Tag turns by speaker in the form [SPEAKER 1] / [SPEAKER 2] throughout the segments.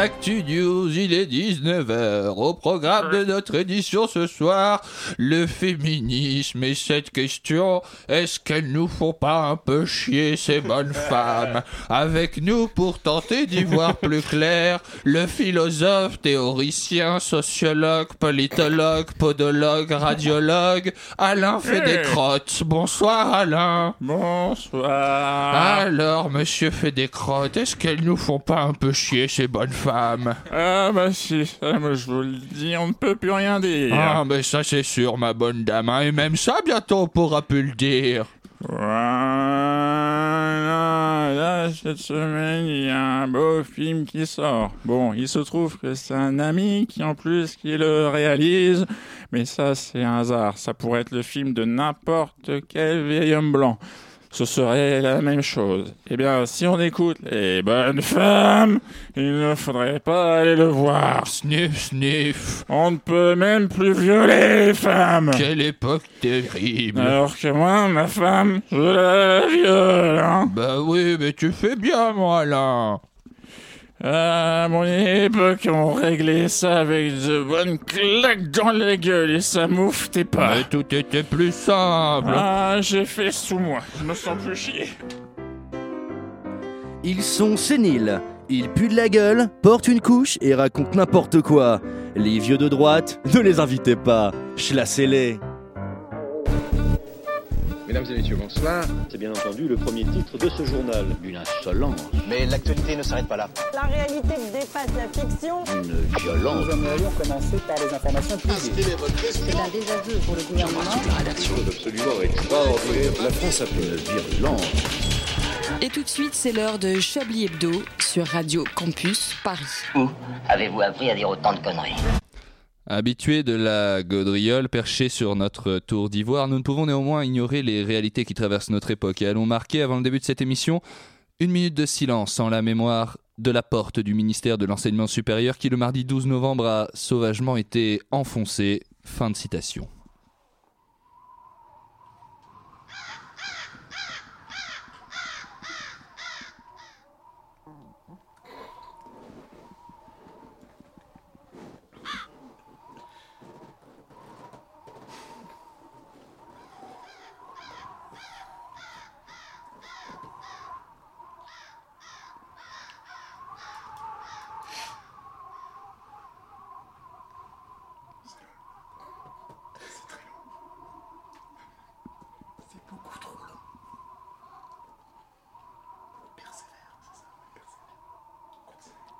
[SPEAKER 1] Actu News, il est 19h. Au programme de notre édition ce soir, le féminisme et cette question est-ce qu'elles nous font pas un peu chier ces bonnes femmes Avec nous pour tenter d'y voir plus clair, le philosophe, théoricien, sociologue, politologue, podologue, radiologue, Alain fait des crottes. Bonsoir Alain.
[SPEAKER 2] Bonsoir.
[SPEAKER 1] Alors, monsieur fait des crottes, est-ce qu'elles nous font pas un peu chier ces bonnes femmes
[SPEAKER 2] Ah bah si, ça, moi, je vous le dis, on ne peut plus rien dire.
[SPEAKER 1] Ah, mais ça c'est sûr, ma bonne dame, hein, et même ça bientôt on pourra plus le dire.
[SPEAKER 2] Voilà, Euh, là, cette semaine, il y a un beau film qui sort. Bon, il se trouve que c'est un ami qui, en plus, qui le réalise. Mais ça, c'est un hasard. Ça pourrait être le film de n'importe quel vieil homme blanc. Ce serait la même chose. Eh bien, si on écoute les bonnes femmes, il ne faudrait pas aller le voir.
[SPEAKER 1] Sniff, sniff,
[SPEAKER 2] On ne peut même plus violer les femmes.
[SPEAKER 1] quelle époque terrible.
[SPEAKER 2] Alors que moi, ma femme, je la viole, hein.
[SPEAKER 1] Bah oui, mais tu fais bien, moi, Alain.
[SPEAKER 2] À mon époque, on réglait ça avec de bonnes claques dans la gueule et ça mouftait pas.
[SPEAKER 1] Mais tout était plus simple.
[SPEAKER 2] Ah, j'ai fait sous moi. Je me sens plus chier.
[SPEAKER 3] Ah. Ils sont séniles. Ils puent de la gueule, portent une couche et racontent n'importe quoi. Les vieux de droite, ne les invitez pas. Chlassez-les.
[SPEAKER 4] Mesdames et messieurs, bonsoir.
[SPEAKER 5] C'est bien entendu le premier titre de ce journal. Une insolence,
[SPEAKER 6] Mais l'actualité ne s'arrête pas là.
[SPEAKER 7] La réalité dépasse la fiction.
[SPEAKER 6] une violence.
[SPEAKER 8] C'est un désaveu pour le gouvernement.
[SPEAKER 9] Et tout de suite, c'est l'heure de Chablis Hebdo sur Radio Campus Paris.
[SPEAKER 8] Où avez-vous appris à dire autant de conneries
[SPEAKER 1] Habitués de la gaudriole perchée sur notre tour d'ivoire, nous ne pouvons néanmoins ignorer les réalités qui traversent notre époque et allons marquer, avant le début de cette émission, une minute de silence en la mémoire de la porte du ministère de l'Enseignement supérieur qui, le mardi 12 novembre, a sauvagement été enfoncée. Fin de citation.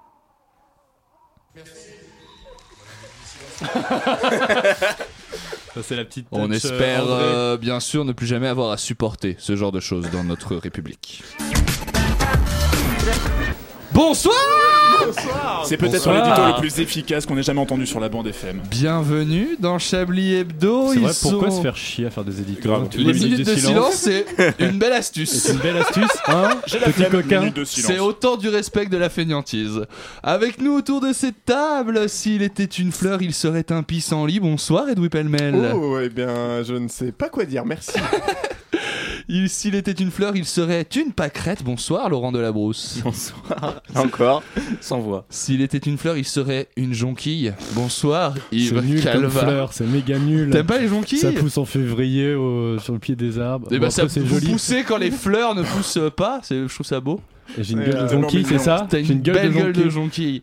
[SPEAKER 10] Ça, c'est la petite.
[SPEAKER 1] On
[SPEAKER 10] touch, euh,
[SPEAKER 1] espère
[SPEAKER 10] André.
[SPEAKER 1] euh, bien sûr ne plus jamais avoir à supporter ce genre de choses dans notre République. Bonsoir
[SPEAKER 10] C'est peut-être
[SPEAKER 2] Bonsoir.
[SPEAKER 10] l'édito le plus efficace qu'on ait jamais entendu sur la bande FM.
[SPEAKER 1] Bienvenue dans Chablis Hebdo.
[SPEAKER 11] C'est vrai,
[SPEAKER 1] Ils
[SPEAKER 11] pourquoi
[SPEAKER 1] sont-
[SPEAKER 11] se faire chier à faire des éditos
[SPEAKER 10] Grave.
[SPEAKER 11] Tu
[SPEAKER 1] Les
[SPEAKER 11] veux
[SPEAKER 1] minutes, de, silence, c'est une belle astuce.
[SPEAKER 11] C'est une belle astuce, hein Petit coquin.
[SPEAKER 10] Minute de
[SPEAKER 1] C'est
[SPEAKER 10] silence.
[SPEAKER 1] autant du respect que de la fainéantise. Avec nous autour de cette table, s'il était une fleur, il serait un pissenlit. Bonsoir Edoui Pellemel.
[SPEAKER 12] Oh, eh bien, je ne sais pas quoi dire, merci.
[SPEAKER 1] Il- S'il était une fleur, il serait une pâquerette. Bonsoir Laurent Delabrousse.
[SPEAKER 3] Encore, sans voix.
[SPEAKER 1] S'il était une fleur, il serait une jonquille. Bonsoir
[SPEAKER 11] C'est nul
[SPEAKER 1] Yves
[SPEAKER 11] comme
[SPEAKER 1] Calva.
[SPEAKER 11] fleur, c'est méga nul.
[SPEAKER 1] T'aimes pas les jonquilles
[SPEAKER 11] Ça pousse en février au- sur le pied des arbres.
[SPEAKER 1] Eh
[SPEAKER 11] Bon,
[SPEAKER 1] ben ça
[SPEAKER 11] après, c'est
[SPEAKER 1] vous
[SPEAKER 11] joli.
[SPEAKER 1] poussez quand les fleurs ne poussent euh, pas, c'est- je trouve ça beau.
[SPEAKER 11] Et J'ai une
[SPEAKER 12] Ouais,
[SPEAKER 11] gueule
[SPEAKER 4] euh,
[SPEAKER 11] de
[SPEAKER 12] tellement
[SPEAKER 11] jonquille, c'est
[SPEAKER 12] mignon.
[SPEAKER 11] ça
[SPEAKER 1] T'as
[SPEAKER 11] J'ai
[SPEAKER 1] une belle gueule de
[SPEAKER 11] jonquille.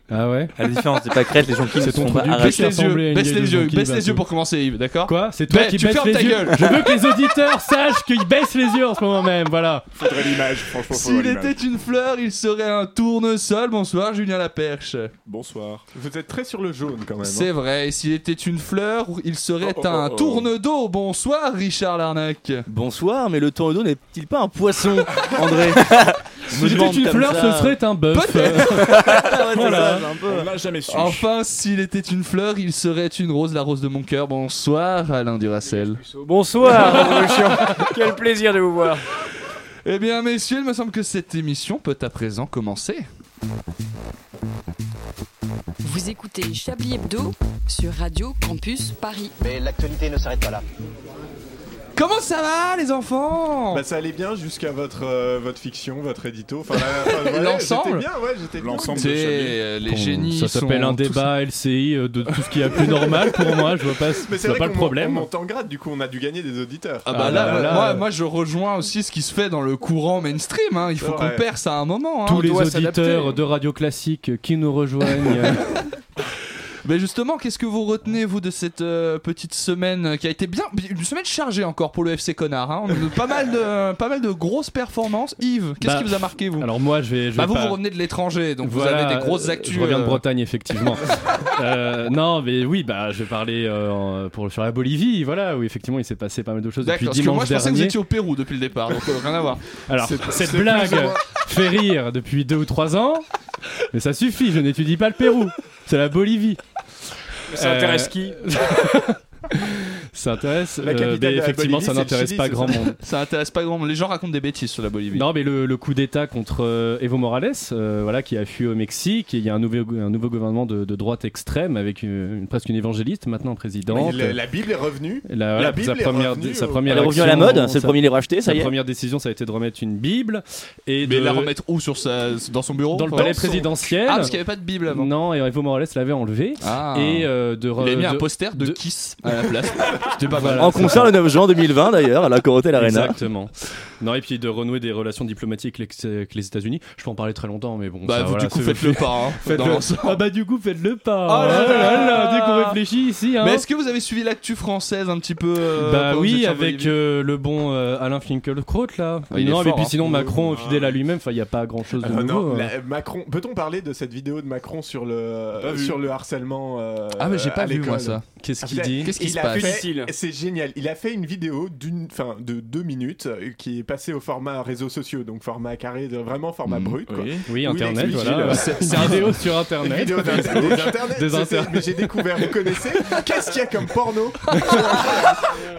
[SPEAKER 1] jonquille.
[SPEAKER 11] Ah ouais
[SPEAKER 4] La différence des pâquerettes, les gens qui
[SPEAKER 11] C'est
[SPEAKER 4] ne
[SPEAKER 11] ton
[SPEAKER 4] sont pas
[SPEAKER 11] produit.
[SPEAKER 4] arrachés.
[SPEAKER 1] Baisse
[SPEAKER 11] qui
[SPEAKER 1] les
[SPEAKER 11] ressemblait à
[SPEAKER 1] yeux,
[SPEAKER 11] une
[SPEAKER 1] baisse
[SPEAKER 11] gueule
[SPEAKER 1] les
[SPEAKER 11] de
[SPEAKER 1] yeux,
[SPEAKER 11] jonquille,
[SPEAKER 1] baisse les
[SPEAKER 11] bah,
[SPEAKER 1] yeux pour commencer Yves, d'accord
[SPEAKER 11] Quoi C'est toi
[SPEAKER 1] Ben,
[SPEAKER 11] qui
[SPEAKER 1] tu
[SPEAKER 11] baisse
[SPEAKER 1] fermes ta
[SPEAKER 11] les yeux.
[SPEAKER 1] gueule.
[SPEAKER 11] Je veux que les auditeurs sachent qu'ils baissent les yeux en ce moment même, voilà.
[SPEAKER 10] Faudrait l'image, franchement. faudrait
[SPEAKER 1] S'il
[SPEAKER 10] l'image.
[SPEAKER 1] était une fleur, il serait un tournesol. Bonsoir Julien Laperche.
[SPEAKER 10] Bonsoir.
[SPEAKER 12] Vous êtes très sur le jaune quand même. hein.
[SPEAKER 1] C'est vrai, s'il était une fleur, il serait
[SPEAKER 10] Oh, oh,
[SPEAKER 1] un
[SPEAKER 10] oh, oh.
[SPEAKER 1] tourne d'eau. Bonsoir Richard Larnac.
[SPEAKER 3] Bonsoir, mais le tourneau n'est-il pas un poisson, André
[SPEAKER 11] Si j'étais une fleur, ce serait un bœuf. Voilà.
[SPEAKER 10] On l'a jamais su.
[SPEAKER 1] Enfin, s'il était une fleur, il serait une rose, la rose de mon cœur. Bonsoir Alain Duracel.
[SPEAKER 4] Bonsoir, Révolution. Quel plaisir de vous voir.
[SPEAKER 1] Eh bien, messieurs, il me semble que cette émission peut à présent commencer.
[SPEAKER 9] Vous écoutez Chablis Hebdo sur Radio Campus Paris.
[SPEAKER 6] Mais l'actualité ne s'arrête pas là.
[SPEAKER 13] Comment ça va, les enfants
[SPEAKER 12] Bah ça allait bien jusqu'à votre euh, votre fiction, votre édito. Enfin, la- enfin, voilà,
[SPEAKER 13] L'ensemble
[SPEAKER 12] J'étais bien, ouais, j'étais bien.
[SPEAKER 1] euh, les génies
[SPEAKER 11] Ça s'appelle
[SPEAKER 1] sont
[SPEAKER 11] un débat LCI euh, de tout ce qui est plus normal pour moi. Je vois pas, je
[SPEAKER 12] Mais c'est
[SPEAKER 11] vois
[SPEAKER 12] vrai
[SPEAKER 11] pas le
[SPEAKER 12] qu'on- On
[SPEAKER 11] problème.
[SPEAKER 12] monte en grade, du coup, on a dû gagner des auditeurs.
[SPEAKER 1] Ah bah là,
[SPEAKER 11] euh,
[SPEAKER 1] moi, moi, je rejoins aussi ce qui se fait dans le courant mainstream. hein. Il faut
[SPEAKER 12] C'est
[SPEAKER 1] qu'on
[SPEAKER 12] vrai.
[SPEAKER 1] perce à un moment. hein.
[SPEAKER 11] Tous les auditeurs de Radio Classique qui nous rejoignent. euh,
[SPEAKER 1] Mais justement, qu'est-ce que vous retenez vous de cette euh, petite semaine qui a été bien une semaine chargée encore pour le FC Connard. hein. On a eu pas mal de pas mal de grosses performances. Yves, qu'est-ce
[SPEAKER 11] Bah,
[SPEAKER 1] qui vous a marqué vous
[SPEAKER 11] Alors moi, je vais. Je
[SPEAKER 1] Bah,
[SPEAKER 11] vais
[SPEAKER 1] vous
[SPEAKER 11] pas-
[SPEAKER 1] vous revenez de l'étranger, donc
[SPEAKER 11] Voilà,
[SPEAKER 1] vous avez des grosses
[SPEAKER 11] euh,
[SPEAKER 1] actus.
[SPEAKER 11] Je reviens de
[SPEAKER 1] euh,
[SPEAKER 11] Bretagne, effectivement. Euh, non, mais oui, bah, je vais parler euh, en- pour, sur la Bolivie, voilà, où effectivement il s'est passé pas mal de choses depuis
[SPEAKER 1] D'accord, parce que
[SPEAKER 11] dimanche
[SPEAKER 1] moi je pensais que
[SPEAKER 11] dernier.
[SPEAKER 1] vous étiez au Pérou depuis le départ, donc euh, rien à voir.
[SPEAKER 11] Alors, cette blague fait rire depuis deux ou trois ans, mais ça suffit, je n'étudie pas le Pérou, c'est la Bolivie.
[SPEAKER 14] Ça intéresse
[SPEAKER 11] Euh,
[SPEAKER 14] qui
[SPEAKER 11] Ça intéresse,
[SPEAKER 1] La
[SPEAKER 11] euh,
[SPEAKER 1] capitale de
[SPEAKER 11] mais
[SPEAKER 1] la
[SPEAKER 11] effectivement,
[SPEAKER 1] Bolivie,
[SPEAKER 11] ça
[SPEAKER 1] c'est le
[SPEAKER 11] n'intéresse
[SPEAKER 1] Chili,
[SPEAKER 11] pas
[SPEAKER 1] c'est
[SPEAKER 11] grand
[SPEAKER 1] ça
[SPEAKER 11] monde.
[SPEAKER 1] Ça intéresse pas grand monde. Les gens racontent des bêtises sur la Bolivie.
[SPEAKER 11] Non, mais le, le coup d'État contre euh, Evo Morales, euh, voilà, qui a fui au Mexique, et il y a un nouveau, un nouveau gouvernement de, de droite extrême avec une, une- presque une évangéliste maintenant
[SPEAKER 12] Mais
[SPEAKER 11] présidente.
[SPEAKER 12] le- la Bible est revenue.
[SPEAKER 11] La- voilà, sa,
[SPEAKER 12] Bible est
[SPEAKER 11] première,
[SPEAKER 12] revenue
[SPEAKER 11] sa
[SPEAKER 12] au-
[SPEAKER 11] première
[SPEAKER 3] Elle est revenue à la
[SPEAKER 11] action,
[SPEAKER 3] mode, c'est le
[SPEAKER 11] sa-
[SPEAKER 3] premier livre acheté, ça
[SPEAKER 11] sa
[SPEAKER 3] y est.
[SPEAKER 11] première décision, ça a été de remettre une Bible. Et
[SPEAKER 1] Mais
[SPEAKER 11] de-
[SPEAKER 1] la remettre où sur sa, Dans son bureau
[SPEAKER 11] Dans le
[SPEAKER 1] Enfin,
[SPEAKER 11] palais
[SPEAKER 1] son-
[SPEAKER 11] présidentiel.
[SPEAKER 1] Ah, parce qu'il n'y avait pas de Bible avant.
[SPEAKER 11] Non, et Evo Morales l'avait enlevé.
[SPEAKER 1] Ah.
[SPEAKER 11] Et euh, de re-
[SPEAKER 1] Il a mis un
[SPEAKER 11] de-
[SPEAKER 1] poster de, Kiss à la place. C'était pas mal.
[SPEAKER 11] Voilà,
[SPEAKER 3] En
[SPEAKER 11] c'est
[SPEAKER 3] concert
[SPEAKER 11] ça.
[SPEAKER 3] le 9 juin 2020 d'ailleurs à la Corotel Arena.
[SPEAKER 11] Exactement. Non, et puis de renouer des relations diplomatiques avec les, avec les États-Unis. Je peux en parler très longtemps, mais bon.
[SPEAKER 1] Bah,
[SPEAKER 11] ça,
[SPEAKER 1] vous,
[SPEAKER 11] voilà,
[SPEAKER 1] du coup,
[SPEAKER 11] c'est-
[SPEAKER 1] faites-le pas, hein, dans l'ensemble.
[SPEAKER 11] Ah, bah, du coup, faites-le pas.
[SPEAKER 1] Oh là
[SPEAKER 11] Oh là
[SPEAKER 1] là
[SPEAKER 11] là, dès qu'on réfléchit ici. hein.
[SPEAKER 1] Mais est-ce que vous avez suivi l'actu française un petit peu euh,
[SPEAKER 11] Bah
[SPEAKER 1] pendant que vous
[SPEAKER 11] oui,
[SPEAKER 1] étiez en
[SPEAKER 11] avec
[SPEAKER 1] Bolivie
[SPEAKER 11] euh, le bon euh, Alain Finkielkraut là.
[SPEAKER 1] Ah, il est
[SPEAKER 11] non, mais
[SPEAKER 1] fort,
[SPEAKER 11] puis
[SPEAKER 1] hein.
[SPEAKER 11] sinon Macron fidèle à lui-même, enfin il n'y a pas grand chose de nouveau.
[SPEAKER 12] Ah non,
[SPEAKER 11] hein.
[SPEAKER 12] la- Macron. Peut-on parler de cette vidéo de Macron sur le sur le harcèlement euh,
[SPEAKER 1] Ah, mais j'ai pas
[SPEAKER 12] à
[SPEAKER 1] vu,
[SPEAKER 12] l'école
[SPEAKER 1] moi, ça. Qu'est-ce
[SPEAKER 12] Ah,
[SPEAKER 1] qu'il
[SPEAKER 12] putain,
[SPEAKER 1] dit Qu'est-ce qui
[SPEAKER 12] il
[SPEAKER 1] se
[SPEAKER 12] a
[SPEAKER 1] passe
[SPEAKER 12] fait-
[SPEAKER 1] Difficile.
[SPEAKER 12] C'est génial. Il a fait une vidéo d'une fin de deux minutes euh, qui est passée au format réseaux sociaux, donc format carré, de- vraiment format
[SPEAKER 1] Mhm.
[SPEAKER 12] brut. Quoi,
[SPEAKER 11] Oui,
[SPEAKER 12] Où il
[SPEAKER 11] internet,
[SPEAKER 12] explique-
[SPEAKER 11] voilà.
[SPEAKER 12] il-
[SPEAKER 11] C'est- c'est une vidéo sur internet.
[SPEAKER 12] Une vidéo d'un-
[SPEAKER 11] Des-
[SPEAKER 12] des internets.
[SPEAKER 11] des
[SPEAKER 12] C'est- c'est-
[SPEAKER 11] internets.
[SPEAKER 12] Mais j'ai découvert, vous connaissez Qu'est-ce qu'il y a comme porno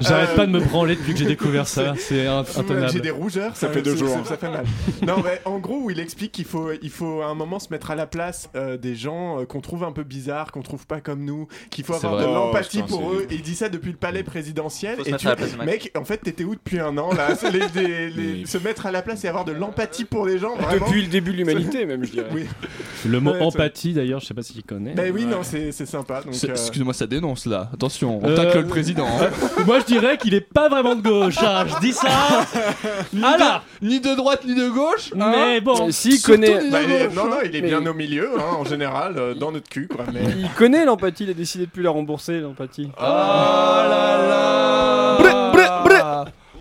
[SPEAKER 11] J'arrête
[SPEAKER 12] Euh,
[SPEAKER 11] pas de me branler depuis que j'ai découvert ça, c'est in- intenable.
[SPEAKER 12] J'ai des rougeurs,
[SPEAKER 2] Ça
[SPEAKER 12] euh,
[SPEAKER 2] fait deux
[SPEAKER 12] c'est-
[SPEAKER 2] jours.
[SPEAKER 12] c'est- Ça fait mal. non, mais en gros, où il explique qu'il faut, il faut à un moment se mettre à la place euh, des gens euh, qu'on trouve un peu bizarres, qu'on trouve pas comme nous, qu'il faut
[SPEAKER 2] C'est
[SPEAKER 12] avoir
[SPEAKER 2] vrai.
[SPEAKER 12] de
[SPEAKER 2] Oh,
[SPEAKER 12] l'empathie
[SPEAKER 2] putain,
[SPEAKER 12] pour
[SPEAKER 2] c'est-
[SPEAKER 12] eux. Et il dit ça depuis le palais présidentiel.
[SPEAKER 2] Faut se
[SPEAKER 12] Et
[SPEAKER 2] mettre
[SPEAKER 12] tu-
[SPEAKER 2] à la place des mecs.
[SPEAKER 12] mec, en fait, t'étais où depuis un an là C'est les- les- les- Se mettre à la place et avoir de l'empathie pour les gens. vraiment.
[SPEAKER 14] Depuis le début de l'humanité, même, je dirais.
[SPEAKER 12] Oui.
[SPEAKER 11] Le mot
[SPEAKER 12] Ouais, ça-
[SPEAKER 11] empathie d'ailleurs, je sais pas si tu connais.
[SPEAKER 12] Bah oui, non, c'est c'est sympa. donc,
[SPEAKER 1] C'est-
[SPEAKER 12] euh,
[SPEAKER 1] Excusez-moi, ça dénonce là. Attention, on
[SPEAKER 11] Euh,
[SPEAKER 1] tacle le président. hein.
[SPEAKER 11] Moi je dirais qu'il est pas vraiment de gauche, hein, je dis ça.
[SPEAKER 1] Ni,
[SPEAKER 11] Ah là
[SPEAKER 1] de, ni de droite ni de gauche. hein.
[SPEAKER 11] Mais bon,
[SPEAKER 14] s'il
[SPEAKER 1] Surtout
[SPEAKER 14] connaît-
[SPEAKER 1] ni de
[SPEAKER 12] bah, il est-
[SPEAKER 1] gauche,
[SPEAKER 12] non,
[SPEAKER 1] hein.
[SPEAKER 12] non, il est
[SPEAKER 14] Mais-
[SPEAKER 12] bien au milieu, hein, en général, euh, dans notre cul, quoi. Mais...
[SPEAKER 14] Il connaît l'empathie, il a décidé de plus la rembourser, l'empathie.
[SPEAKER 1] Ah,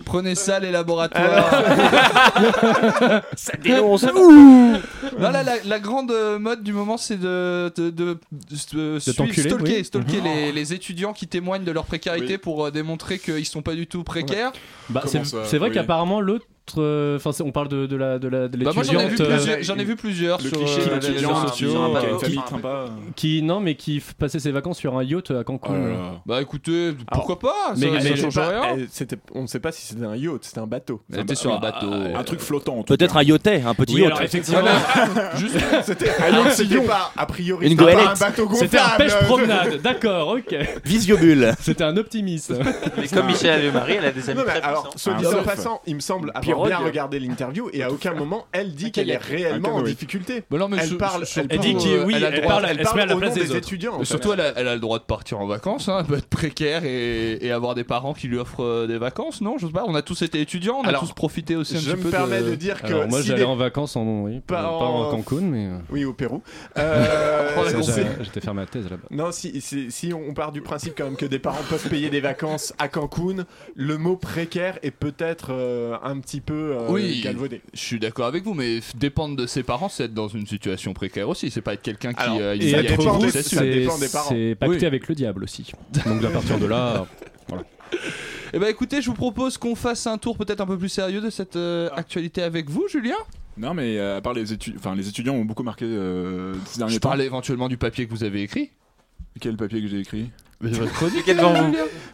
[SPEAKER 1] Prenez ça les laboratoires.
[SPEAKER 11] Ah
[SPEAKER 14] ça dénonce.
[SPEAKER 1] Non, là, la, la grande euh, mode du moment, c'est de, de, de, de suivre,
[SPEAKER 11] t'enculer,
[SPEAKER 1] stalker,
[SPEAKER 11] oui.
[SPEAKER 1] stalker
[SPEAKER 11] Mhm.
[SPEAKER 1] les, les étudiants qui témoignent de leur précarité pour euh, démontrer qu'ils sont pas du tout précaires.
[SPEAKER 11] Bah, c'est
[SPEAKER 1] Comment ça
[SPEAKER 11] c'est vrai
[SPEAKER 1] Oui.
[SPEAKER 11] qu'apparemment l'autre, euh, enfin c'est- on parle de, de la de la de
[SPEAKER 1] Bah, moi, j'en ai vu
[SPEAKER 11] l'étudiante, euh,
[SPEAKER 1] plusieurs, j'en ai vu plusieurs
[SPEAKER 11] Le
[SPEAKER 1] sur
[SPEAKER 11] cliché
[SPEAKER 1] euh, les
[SPEAKER 11] d'étudiant,
[SPEAKER 1] réseaux
[SPEAKER 11] un
[SPEAKER 1] sociaux.
[SPEAKER 11] étudiant
[SPEAKER 1] euh,
[SPEAKER 11] qui a une famille
[SPEAKER 1] qui-
[SPEAKER 11] sympa. qui non mais qui f- passait ses vacances sur un yacht à Cancun.
[SPEAKER 12] Oh là là.
[SPEAKER 1] Bah écoutez, pourquoi pas ça-
[SPEAKER 11] mais-
[SPEAKER 1] ça,
[SPEAKER 11] mais-
[SPEAKER 1] change
[SPEAKER 12] Pas-
[SPEAKER 1] rien.
[SPEAKER 12] elle- c'était- on ne sait pas si c'était un yacht, c'était un bateau.
[SPEAKER 1] Elle était sur un bateau.
[SPEAKER 12] Ah,
[SPEAKER 2] Un truc flottant. en tout
[SPEAKER 3] Peut-être
[SPEAKER 2] cas.
[SPEAKER 3] un yachtet, un petit
[SPEAKER 2] Oui,
[SPEAKER 3] yacht.
[SPEAKER 2] alors, effectivement.
[SPEAKER 1] Juste-
[SPEAKER 12] C'était un yacht, c'était
[SPEAKER 11] Sillon.
[SPEAKER 12] pas, a priori,
[SPEAKER 3] Une
[SPEAKER 12] c'était pas un
[SPEAKER 3] goélette.
[SPEAKER 12] bateau gonflable.
[SPEAKER 11] C'était un pêche promenade, d'accord, ok.
[SPEAKER 3] Visiobule.
[SPEAKER 11] C'était un optimiste.
[SPEAKER 15] Mais comme Michel Alliot-Marie, elle a des amis
[SPEAKER 12] Non, mais
[SPEAKER 15] très
[SPEAKER 12] alors,
[SPEAKER 15] puissants.
[SPEAKER 12] soit
[SPEAKER 11] Un
[SPEAKER 12] dit en
[SPEAKER 11] surf.
[SPEAKER 12] passant, il me semble avoir
[SPEAKER 11] Pirogue.
[SPEAKER 12] bien regardé l'interview et à aucun moment elle dit qu'elle est
[SPEAKER 11] kayak.
[SPEAKER 12] réellement
[SPEAKER 1] Un
[SPEAKER 12] en
[SPEAKER 1] canoë.
[SPEAKER 12] difficulté.
[SPEAKER 1] Bah non, mais
[SPEAKER 12] elle
[SPEAKER 1] sur-
[SPEAKER 12] parle,
[SPEAKER 1] sur-
[SPEAKER 11] elle dit
[SPEAKER 1] euh,
[SPEAKER 11] qu'il- oui,
[SPEAKER 1] a le
[SPEAKER 11] elle
[SPEAKER 1] droit-
[SPEAKER 11] parle- elle se met à la
[SPEAKER 12] au
[SPEAKER 11] place
[SPEAKER 12] nom
[SPEAKER 11] des autres.
[SPEAKER 12] étudiants. en
[SPEAKER 1] Mais
[SPEAKER 12] fait.
[SPEAKER 1] surtout, elle a, elle a le droit de partir en vacances, hein, elle peut être précaire et, et avoir des parents qui lui offrent euh, des vacances, non Je sais pas, on a tous été étudiants, on
[SPEAKER 12] Alors,
[SPEAKER 1] a tous profité aussi un
[SPEAKER 12] je
[SPEAKER 1] petit
[SPEAKER 12] me
[SPEAKER 1] peu
[SPEAKER 12] permets de dire que
[SPEAKER 11] Alors moi
[SPEAKER 12] si
[SPEAKER 11] j'allais
[SPEAKER 12] les-
[SPEAKER 11] en vacances en oui, pas,
[SPEAKER 12] Pas en-
[SPEAKER 11] pas en Cancun mais.
[SPEAKER 12] Oui, au Pérou. Euh,
[SPEAKER 15] Oh,
[SPEAKER 1] Oh,
[SPEAKER 11] Parce que
[SPEAKER 12] on sait-
[SPEAKER 11] j'a- J'étais faire ma thèse là-bas.
[SPEAKER 12] Non, si, si, si on part du principe quand même que des parents peuvent payer des vacances à Cancun, le mot précaire est peut-être euh, un petit peu euh,
[SPEAKER 1] oui,
[SPEAKER 12] galvaudé.
[SPEAKER 1] je suis d'accord avec vous, mais f- dépendre de ses parents, c'est être dans une situation précaire aussi. C'est pas être quelqu'un qui
[SPEAKER 12] Alors,
[SPEAKER 1] euh,
[SPEAKER 12] et
[SPEAKER 1] a
[SPEAKER 12] être
[SPEAKER 1] une
[SPEAKER 12] pauvre,
[SPEAKER 1] situation.
[SPEAKER 12] ça dépend des parents.
[SPEAKER 11] C'est pacté
[SPEAKER 1] Oui.
[SPEAKER 11] avec le diable aussi. Donc à partir de là, voilà.
[SPEAKER 1] Eh ben écoutez, je vous propose qu'on fasse un tour peut-être un peu plus sérieux de cette euh,
[SPEAKER 12] Ah.
[SPEAKER 1] actualité avec vous, Julien.
[SPEAKER 2] Non, mais euh, à part les étudiants, enfin les étudiants ont beaucoup marqué euh, ces derniers
[SPEAKER 1] Je
[SPEAKER 2] temps.
[SPEAKER 1] parle éventuellement du papier que vous avez écrit.
[SPEAKER 2] Quel papier que j'ai écrit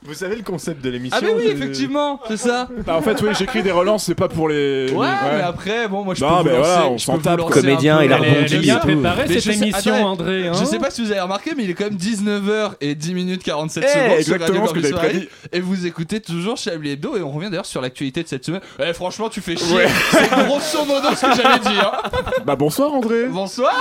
[SPEAKER 12] Vous savez le concept de l'émission
[SPEAKER 1] Ah mais oui,
[SPEAKER 12] de-
[SPEAKER 1] effectivement, c'est ça.
[SPEAKER 2] Bah, en fait, oui, j'écris des relances, c'est pas pour les.
[SPEAKER 1] Ouais,
[SPEAKER 2] les-
[SPEAKER 1] mais après, bon, moi je
[SPEAKER 2] Non,
[SPEAKER 1] peux
[SPEAKER 2] mais
[SPEAKER 1] vous lancer,
[SPEAKER 2] voilà, on
[SPEAKER 1] je
[SPEAKER 2] s'en
[SPEAKER 1] peux vous
[SPEAKER 2] tape,
[SPEAKER 1] lancer un
[SPEAKER 2] comédien,
[SPEAKER 1] peu.
[SPEAKER 2] il a Elle est- rebondi.
[SPEAKER 16] elle est bien préparée,
[SPEAKER 1] Mais je
[SPEAKER 16] cette
[SPEAKER 1] sais-
[SPEAKER 16] émission,
[SPEAKER 1] attendez,
[SPEAKER 16] André, hein.
[SPEAKER 1] Je sais pas si vous avez remarqué, mais il est quand même 19h et 10 minutes 47
[SPEAKER 2] Eh,
[SPEAKER 1] secondes sur Radio
[SPEAKER 2] exactement ce que
[SPEAKER 1] Campus
[SPEAKER 2] j'avais
[SPEAKER 1] Paris.
[SPEAKER 2] prédit.
[SPEAKER 1] Et vous écoutez toujours Chablis Hebdo et on revient d'ailleurs sur l'actualité de cette semaine. Eh, franchement, tu fais chier.
[SPEAKER 2] Ouais.
[SPEAKER 1] C'est grosso modo ce que j'allais dire.
[SPEAKER 2] Bah, bonsoir, André.
[SPEAKER 1] Bonsoir.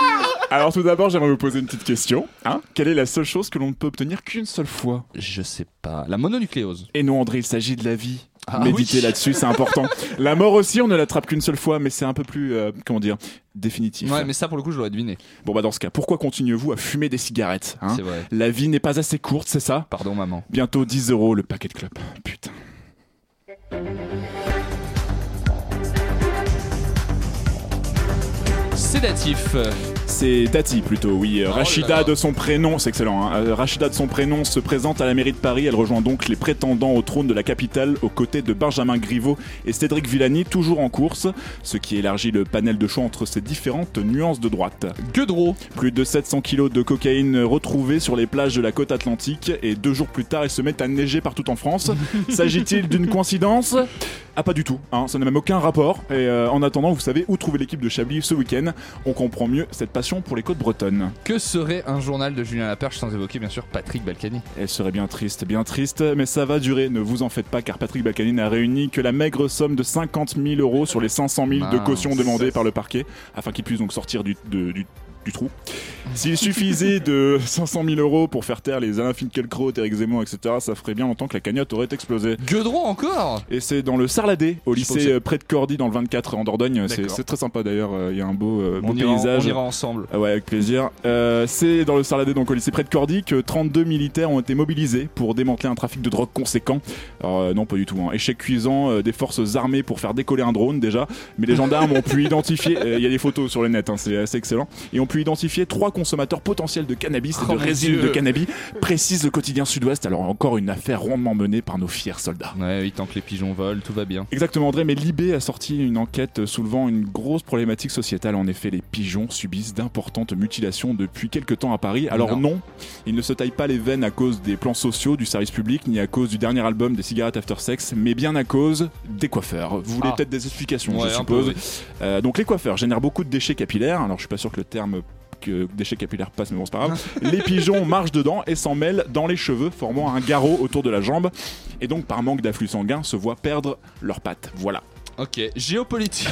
[SPEAKER 2] Alors, tout d'abord, j'aimerais vous poser une petite question. Hein Quelle est la seule chose que l'on ne peut obtenir qu'une seule fois
[SPEAKER 1] Je sais pas. La mononucléose.
[SPEAKER 2] Et non, André, il s'agit de la vie.
[SPEAKER 1] Ah
[SPEAKER 2] Méditez
[SPEAKER 1] oui.
[SPEAKER 2] là-dessus, c'est important. La mort aussi, on ne l'attrape qu'une seule fois, mais c'est un peu plus, euh, comment dire, définitif.
[SPEAKER 1] Ouais, mais ça pour le coup, je l'aurais deviné.
[SPEAKER 2] Bon, bah dans ce cas, pourquoi continuez-vous à fumer des cigarettes hein
[SPEAKER 1] C'est vrai.
[SPEAKER 2] La vie n'est pas assez courte, c'est ça
[SPEAKER 1] Pardon, maman.
[SPEAKER 2] Bientôt 10 euros le paquet de club. Putain.
[SPEAKER 1] Sédatif.
[SPEAKER 2] C'est Tati plutôt, oui.
[SPEAKER 1] Oh
[SPEAKER 2] Euh,
[SPEAKER 1] là
[SPEAKER 2] Rachida
[SPEAKER 1] là.
[SPEAKER 2] de son prénom, c'est excellent. hein. Euh, Rachida de son prénom se présente à la mairie de Paris. Elle rejoint donc les prétendants au trône de la capitale aux côtés de Benjamin Griveaux et Cédric Villani, toujours en course, ce qui élargit le panel de choix entre ces différentes nuances de droite.
[SPEAKER 1] Guedreau.
[SPEAKER 2] Plus de 700 kilos de cocaïne retrouvés sur les plages de la côte atlantique et deux jours plus tard, ils se mettent à neiger partout en France. S'agit-il d'une coïncidence Ah pas du tout, hein, ça n'a même aucun rapport. Et euh, en attendant, vous savez où trouver l'équipe de Chablis ce week-end. On comprend mieux cette passion pour les côtes bretonnes.
[SPEAKER 1] Que serait un journal de Julien Laperche sans évoquer bien sûr Patrick Balkany
[SPEAKER 2] Elle serait bien triste, bien triste, mais ça va durer, ne vous en faites pas, car Patrick Balkany n'a réuni que la maigre somme de 50 000 euros sur les 500 000 de
[SPEAKER 1] Mince.
[SPEAKER 2] caution demandée par le parquet, afin qu'il puisse donc sortir du, de- du- du trou. S'il suffisait de 500 000 euros pour faire taire les Alain Finkielkraut, Eric Zemmour, etc., ça ferait bien longtemps que la cagnotte aurait explosé.
[SPEAKER 1] Guedron encore
[SPEAKER 2] Et c'est dans le Sarladé, au
[SPEAKER 1] Je
[SPEAKER 2] lycée
[SPEAKER 1] pensais-
[SPEAKER 2] euh, près de Cordy, dans le 24, en Dordogne. C'est
[SPEAKER 1] D'accord.
[SPEAKER 2] c'est très sympa d'ailleurs, euh, il y a un beau, euh, beau
[SPEAKER 1] on, ira,
[SPEAKER 2] paysage.
[SPEAKER 1] on ira ensemble.
[SPEAKER 2] Ah ouais, avec plaisir. Euh, c'est dans le Sarladé, donc au lycée près de Cordy, que 32 militaires ont été mobilisés pour démanteler un trafic de drogue conséquent. Alors, euh, non, pas du tout. hein. Échec cuisant euh, des forces armées pour faire décoller un drone déjà. Mais les gendarmes ont pu identifier. euh, Il y a des photos sur le net, hein, c'est assez excellent. Et ont pu identifier trois consommateurs potentiels de cannabis et
[SPEAKER 1] Oh
[SPEAKER 2] de
[SPEAKER 1] mon
[SPEAKER 2] résine
[SPEAKER 1] Dieu.
[SPEAKER 2] de cannabis, précise le quotidien Sud-Ouest. Alors encore une affaire rondement menée par nos fiers soldats.
[SPEAKER 1] Ouais, oui, tant que les pigeons volent, tout va bien.
[SPEAKER 2] Exactement André, mais l'IB a sorti une enquête soulevant une grosse problématique sociétale. En effet, les pigeons subissent d'importantes mutilations depuis quelques temps à Paris. Alors non.
[SPEAKER 1] Non.
[SPEAKER 2] ils ne se taillent pas les veines à cause des plans sociaux, du service public, ni à cause du dernier album des cigarettes After Sex, mais bien à cause des coiffeurs. Vous voulez
[SPEAKER 1] Ah.
[SPEAKER 2] peut-être des explications,
[SPEAKER 1] Ouais,
[SPEAKER 2] je
[SPEAKER 1] un peu,
[SPEAKER 2] suppose. Euh, donc les coiffeurs génèrent beaucoup de déchets capillaires. Alors je suis pas sûr que le terme que déchets capillaires passe mais bon c'est pas grave les pigeons marchent dedans et s'en mêlent dans les cheveux formant un garrot autour de la jambe et donc par manque d'afflux sanguin se voient perdre leurs pattes voilà
[SPEAKER 1] Ok, géopolitique.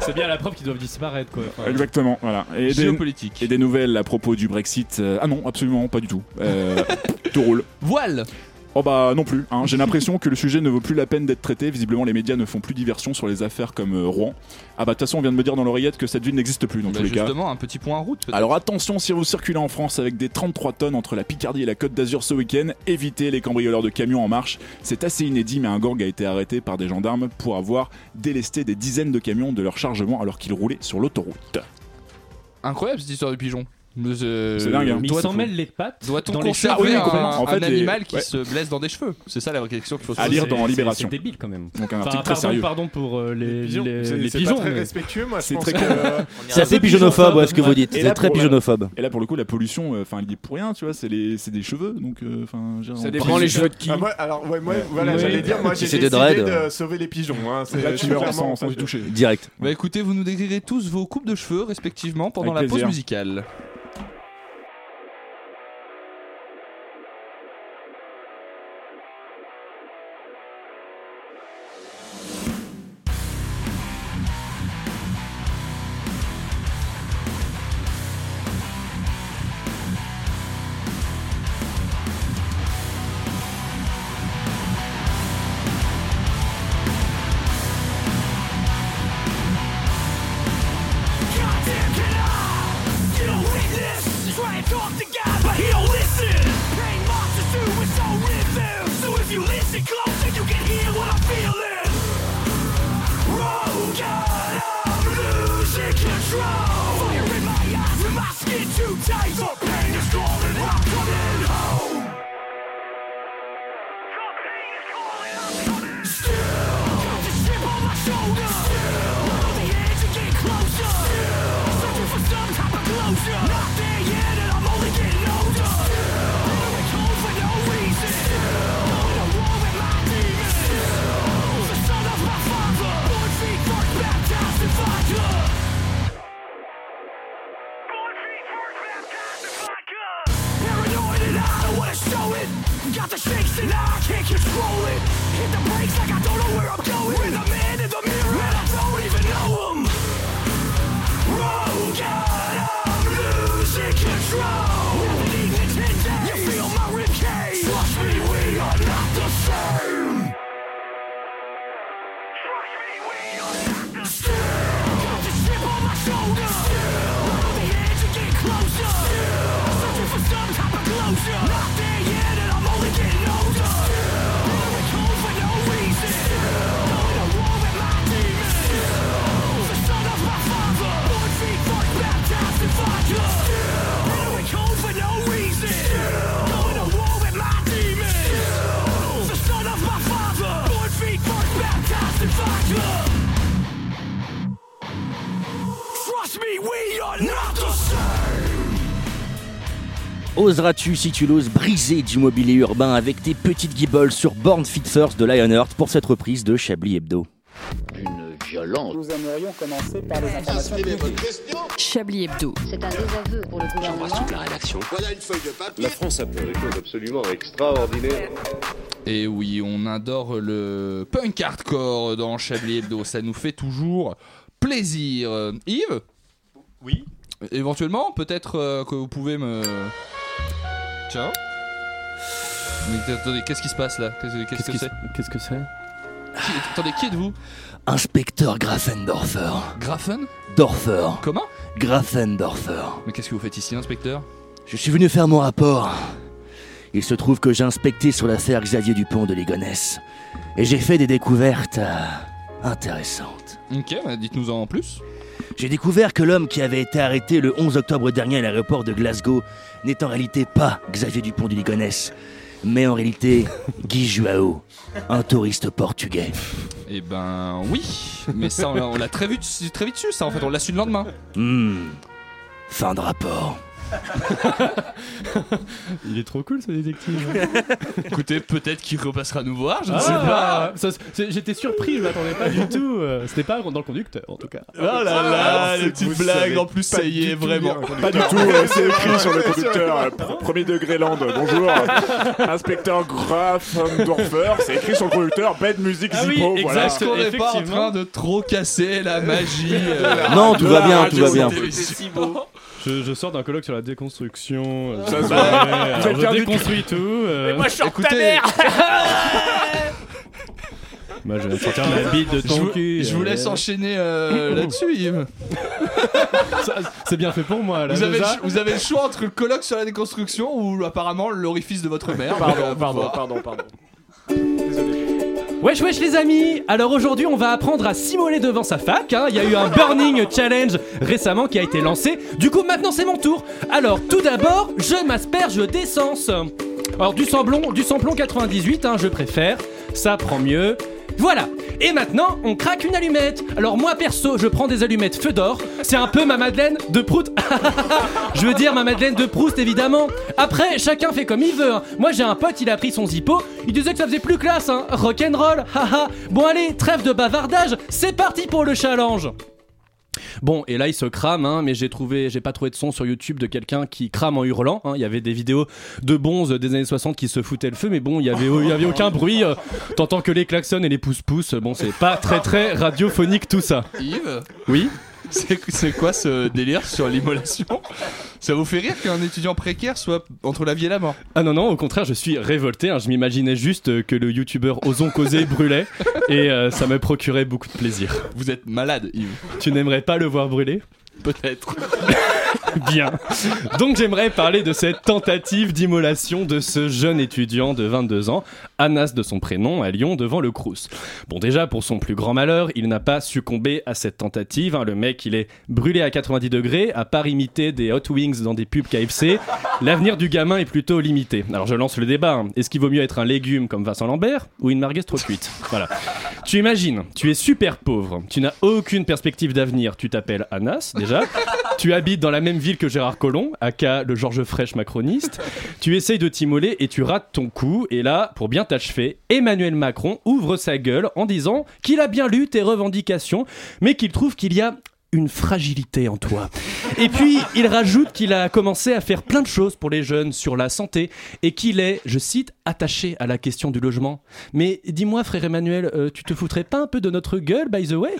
[SPEAKER 16] C'est bien la preuve qu'ils doivent disparaître, quoi. Enfin,
[SPEAKER 2] Exactement, voilà. Et des,
[SPEAKER 1] Géopolitique.
[SPEAKER 2] et des nouvelles à propos du Brexit. euh, ah non, absolument pas du tout. Euh, tout roule.
[SPEAKER 1] Voile
[SPEAKER 2] Oh bah non plus. hein. J'ai l'impression que le sujet ne vaut plus la peine d'être traité. Visiblement, les médias ne font plus diversion sur les affaires comme euh, Rouen. Ah bah de toute façon, on vient de me dire dans l'oreillette que cette ville n'existe plus dans
[SPEAKER 1] Bah,
[SPEAKER 2] tous les cas.
[SPEAKER 1] justement, un petit point en route. peut-être.
[SPEAKER 2] Alors attention si vous circulez en France avec des 33 tonnes entre la Picardie et la Côte d'Azur ce week-end, évitez les cambrioleurs de camions en marche. C'est assez inédit mais un gang a été arrêté par des gendarmes pour avoir délesté des dizaines de camions de leur chargement alors qu'ils roulaient sur l'autoroute.
[SPEAKER 1] Incroyable cette histoire du pigeon. Mais euh,
[SPEAKER 2] C'est dingue, hein.
[SPEAKER 16] mais
[SPEAKER 2] Toi,
[SPEAKER 16] ils s'en
[SPEAKER 2] faut-
[SPEAKER 16] mêlent les pattes.
[SPEAKER 1] Doit-on
[SPEAKER 16] dans les
[SPEAKER 1] conserver
[SPEAKER 16] cheveux,
[SPEAKER 1] un,
[SPEAKER 16] en fait.
[SPEAKER 2] En fait,
[SPEAKER 1] un
[SPEAKER 2] les-
[SPEAKER 1] animal qui
[SPEAKER 2] ouais.
[SPEAKER 1] se blesse dans des cheveux C'est ça la vraie question qu'il faut se
[SPEAKER 2] À
[SPEAKER 1] poser.
[SPEAKER 2] lire dans
[SPEAKER 16] C'est-
[SPEAKER 2] Libération.
[SPEAKER 16] C'est débile quand même.
[SPEAKER 2] Donc un
[SPEAKER 16] Enfin,
[SPEAKER 2] article très
[SPEAKER 16] pardon,
[SPEAKER 2] sérieux.
[SPEAKER 16] pardon pour euh, les, les
[SPEAKER 12] pigeons,
[SPEAKER 16] les
[SPEAKER 12] c'est-
[SPEAKER 16] pigeons.
[SPEAKER 12] c'est pas très
[SPEAKER 16] mais-
[SPEAKER 12] respectueux, moi, je
[SPEAKER 2] C'est
[SPEAKER 12] pense
[SPEAKER 2] très
[SPEAKER 12] que- euh,
[SPEAKER 3] C'est assez pigeonophobe, ouais, ce que vous dites.
[SPEAKER 2] Et
[SPEAKER 3] C'est
[SPEAKER 2] là,
[SPEAKER 3] très
[SPEAKER 2] pour-
[SPEAKER 3] pigeonophobe.
[SPEAKER 2] Et là, pour le coup, la pollution, enfin, il n'y pour rien, tu vois, c'est les- c'est des cheveux, donc. euh, enfin, je veux dire,
[SPEAKER 12] Ça
[SPEAKER 2] on-
[SPEAKER 12] dépend les cheveux de qui. Ah, moi, alors, ouais, moi, voilà,
[SPEAKER 2] Oui.
[SPEAKER 12] j'allais dire, moi,
[SPEAKER 3] Si
[SPEAKER 12] j'ai
[SPEAKER 3] c'est
[SPEAKER 12] décidé
[SPEAKER 3] des
[SPEAKER 12] de,
[SPEAKER 3] dreads.
[SPEAKER 12] sauver les pigeons. Hein, c'est
[SPEAKER 2] Là, tu meurs
[SPEAKER 12] clairement-
[SPEAKER 2] sans sans y toucher.
[SPEAKER 3] Direct.
[SPEAKER 1] Bah écoutez, vous nous décrirez tous vos coupes de cheveux respectivement pendant
[SPEAKER 2] Avec
[SPEAKER 1] la
[SPEAKER 2] plaisir.
[SPEAKER 1] pause musicale.
[SPEAKER 17] Searching for some type of closure Not there yet and I'm only getting older
[SPEAKER 3] Oseras-tu, si tu l'oses, briser du mobilier urbain avec tes petites guiboles sur Born Fixers de Lionheart pour cette reprise de Chablis Hebdo
[SPEAKER 6] Une violence.
[SPEAKER 18] Nous aimerions commencer par les informations
[SPEAKER 9] Chablis Hebdo.
[SPEAKER 18] C'est un désaveu pour le gouvernement.
[SPEAKER 6] la rédaction. Voilà une feuille de papier.
[SPEAKER 17] La France a fait des choses absolument extraordinaires.
[SPEAKER 1] Et oui, on adore le punk hardcore dans Chablis Hebdo. Ça nous fait toujours plaisir. Euh, Yves
[SPEAKER 12] Oui.
[SPEAKER 1] Éventuellement, peut-être euh, que vous pouvez me. Ciao. Mais attendez, qu'est-ce qui se passe là Qu'est-ce qu'est-ce que c'est
[SPEAKER 16] Qu'est-ce que c'est
[SPEAKER 1] Qui- Attendez, qui êtes-vous
[SPEAKER 3] Inspecteur Grafendorfer.
[SPEAKER 1] Grafen
[SPEAKER 3] Dorfer.
[SPEAKER 1] Comment
[SPEAKER 3] Grafendorfer.
[SPEAKER 1] Mais qu'est-ce que vous faites ici, inspecteur
[SPEAKER 3] Je suis venu faire mon rapport. Il se trouve que j'ai inspecté sur l'affaire Xavier Dupont de Ligonnès. Et j'ai fait des découvertes euh, intéressantes.
[SPEAKER 1] Ok, bah, dites-nous en plus.
[SPEAKER 3] J'ai découvert que l'homme qui avait été arrêté le 11 octobre dernier à l'aéroport de Glasgow n'est en réalité pas Xavier Dupont de Ligonnès, mais en réalité Guy Joao, un touriste portugais.
[SPEAKER 1] Eh ben oui, mais ça on l'a- on l'a très vite, très vite su ça en fait, on l'a su le lendemain.
[SPEAKER 3] Hmm. Fin de rapport.
[SPEAKER 16] Il est trop cool ce détective.
[SPEAKER 1] Écoutez, peut-être qu'il repassera nous voir, je ne
[SPEAKER 16] Ah,
[SPEAKER 1] sais pas.
[SPEAKER 16] ça, c'est- J'étais surpris, je m'attendais pas du tout. euh, C'était pas dans le conducteur en tout cas. Ah,
[SPEAKER 1] Oh là là, les petites
[SPEAKER 16] petite
[SPEAKER 1] blagues,
[SPEAKER 16] blague
[SPEAKER 1] en plus, ça y est, vraiment.
[SPEAKER 2] Pas du tout, euh, c'est écrit sur le conducteur. euh, pr- Premier degré Land, euh, bonjour. Inspecteur Grafendorfer, c'est écrit sur le conducteur. Bête musique
[SPEAKER 1] Ah oui,
[SPEAKER 2] Zippo, voilà.
[SPEAKER 1] exact, on n'est pas en train de trop casser la magie. euh,
[SPEAKER 3] Non, tout
[SPEAKER 1] de
[SPEAKER 3] va
[SPEAKER 1] la
[SPEAKER 3] bien,
[SPEAKER 1] radio
[SPEAKER 3] tout va
[SPEAKER 1] de
[SPEAKER 3] bien.
[SPEAKER 1] cette émission.
[SPEAKER 16] Je, je sors d'un colloque sur la déconstruction. euh,
[SPEAKER 1] Ça se
[SPEAKER 16] ouais,
[SPEAKER 1] voit.
[SPEAKER 16] alors
[SPEAKER 1] Vous êtes
[SPEAKER 16] je
[SPEAKER 1] perdu.
[SPEAKER 16] déconstruis tout. euh,
[SPEAKER 4] Mais moi, je sors
[SPEAKER 1] Écoutez,
[SPEAKER 4] ta mère
[SPEAKER 16] Moi, je vais sortir ma bite de
[SPEAKER 1] Je
[SPEAKER 16] ton
[SPEAKER 1] vous-
[SPEAKER 16] cul.
[SPEAKER 1] Je vous
[SPEAKER 16] euh,
[SPEAKER 1] laisse enchaîner euh, là-dessus, Yves.
[SPEAKER 16] ça- C'est bien fait pour moi. Là,
[SPEAKER 1] Vous avez, le,
[SPEAKER 16] déjà.
[SPEAKER 1] cho- vous avez le choix entre le colloque sur la déconstruction ou apparemment l'orifice de votre mère.
[SPEAKER 12] Pardon,
[SPEAKER 1] Euh,
[SPEAKER 12] pardon,
[SPEAKER 1] voilà.
[SPEAKER 12] pardon, pardon.
[SPEAKER 11] Wesh wesh les amis Alors aujourd'hui on va apprendre à s'immoler devant sa fac, hein. il y a eu un Burning Challenge récemment qui a été lancé, du coup maintenant c'est mon tour Alors tout d'abord je m'asperge d'essence Alors du samplon, du samplon 98 hein, je préfère, ça prend mieux voilà Et maintenant, on craque une allumette Alors moi perso, je prends des allumettes feu d'or, c'est un peu ma Madeleine de Prout Je veux dire ma Madeleine de Proust évidemment Après, chacun fait comme il veut hein. Moi j'ai un pote, il a pris son zippo, il disait que ça faisait plus classe hein. Rock'n'roll, haha Ah, Bon allez, trêve de bavardage, c'est parti pour le challenge Bon, et là il se crame, hein, mais j'ai trouvé, j'ai pas trouvé de son sur YouTube de quelqu'un qui crame en hurlant. hein. Il y avait des vidéos de bonzes des années 60 qui se foutaient le feu, mais bon, il y avait, il y avait aucun bruit. euh, T'entends que les klaxons et les pouces-pouces. Bon, c'est pas très très radiophonique tout ça.
[SPEAKER 1] Yves,
[SPEAKER 11] Oui
[SPEAKER 1] c'est c'est quoi ce délire sur l'immolation Ça vous fait rire qu'un étudiant précaire soit entre la vie et la mort
[SPEAKER 11] Ah non, non, au contraire, je suis révolté. hein. Je m'imaginais juste euh, que le youtubeur Ozon Causé brûlait et euh, ça me procurait beaucoup de plaisir.
[SPEAKER 1] Vous êtes malade, Yves.
[SPEAKER 11] Tu n'aimerais pas le voir brûler
[SPEAKER 1] Peut-être.
[SPEAKER 11] Bien. Donc j'aimerais parler de cette tentative d'immolation de ce jeune étudiant de 22 ans, Anas de son prénom, à Lyon, devant le Crous. Bon déjà, pour son plus grand malheur, il n'a pas succombé à cette tentative. hein. Le mec, il est brûlé à 90 degrés, à part imiter des Hot Wings dans des pubs KFC. L'avenir du gamin est plutôt limité. Alors je lance le débat. hein. Est-ce qu'il vaut mieux être un légume comme Vincent Lambert ou une merguez trop cuite Voilà. Tu imagines, tu es super pauvre, tu n'as aucune perspective d'avenir, tu t'appelles Anas déjà, tu habites dans la même ville que Gérard Collomb, aka le Georges Fraîche macroniste, tu essayes de t'immoler et tu rates ton coup, et là, pour bien t'achever, Emmanuel Macron ouvre sa gueule en disant qu'il a bien lu tes revendications, mais qu'il trouve qu'il y a une fragilité en toi. Et puis, il rajoute qu'il a commencé à faire plein de choses pour les jeunes sur la santé et qu'il est, je cite, attaché à la question du logement. Mais dis-moi, frère Emmanuel, euh, tu te foutrais pas un peu de notre gueule, by the way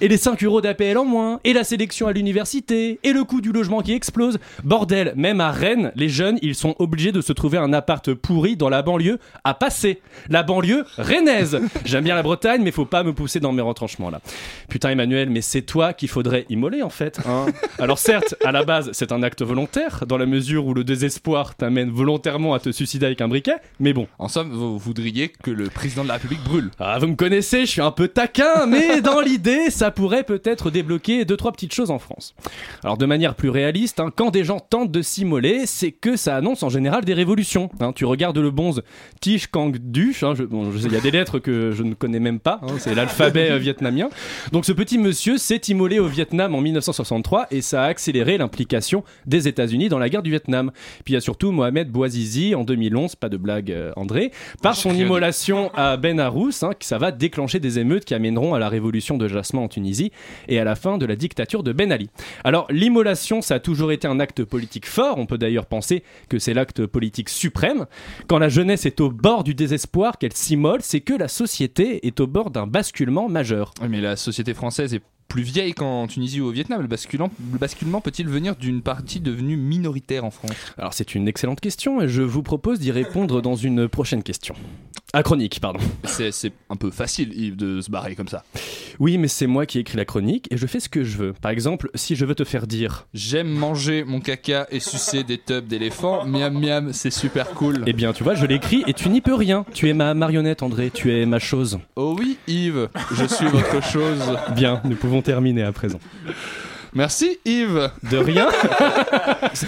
[SPEAKER 11] Et les 5 euros d'APL en moins, et la sélection à l'université, et le coût du logement qui explose. Bordel, même à Rennes, les jeunes, ils sont obligés de se trouver un appart pourri dans la banlieue à passer. La banlieue rennaise. J'aime bien la Bretagne, mais faut pas me pousser dans mes retranchements là. Putain, Emmanuel, mais c'est toi qu'il faudrait immoler en fait. hein. Alors certes, à la base, c'est un acte volontaire, dans la mesure où le désespoir t'amène volontairement à te suicider avec un briquet, mais bon.
[SPEAKER 1] En somme, vous voudriez que le président de la République brûle.
[SPEAKER 11] Ah, vous me connaissez, je suis un peu taquin, mais dans l'idée, ça pourrait peut-être débloquer deux trois petites choses en France. Alors de manière plus réaliste, hein, quand des gens tentent de s'immoler, c'est que ça annonce en général des révolutions. hein. tu regardes le bonze Tich Kang Duch, hein, je- bon, je sais, il y a des lettres que je ne connais même pas, hein, c'est l'alphabet euh, vietnamien. Donc ce petit monsieur s'est immolé au Vietnam en 1963 et ça a accéléré l'implication des États-Unis dans la guerre du Vietnam. Puis il y a surtout Mohamed Bouazizi en 2011, pas de blague euh, André, par son immolation à Ben Arous, hein, que ça va déclencher des émeutes qui amèneront à la révolution de Jasmin en Tunisie et à la fin de la dictature de Ben Ali. Alors l'immolation, ça a toujours été un acte politique fort, on peut d'ailleurs penser que c'est l'acte politique suprême. Quand la jeunesse est au bord du désespoir, qu'elle s'immole, c'est que la société est au bord d'un basculement majeur.
[SPEAKER 1] Mais la société française est plus vieille qu'en Tunisie ou au Vietnam. Le basculant- le basculement peut-il venir d'une partie devenue minoritaire en France
[SPEAKER 11] Alors c'est une excellente question et je vous propose d'y répondre dans une prochaine question. À chronique, pardon.
[SPEAKER 1] C'est c'est un peu facile Yves, de se barrer comme ça.
[SPEAKER 11] Oui, mais c'est moi qui écris la chronique et je fais ce que je veux. Par exemple, si je veux te faire dire
[SPEAKER 1] J'aime manger mon caca et sucer des tubs d'éléphant. Miam miam, c'est super cool.
[SPEAKER 11] Eh bien, tu vois, je l'écris et tu n'y peux rien. Tu es ma marionnette, André. Tu es ma chose.
[SPEAKER 1] Oh oui, Yves, je suis votre chose.
[SPEAKER 11] Bien, nous pouvons terminer à présent.
[SPEAKER 1] Merci Yves.
[SPEAKER 11] De rien.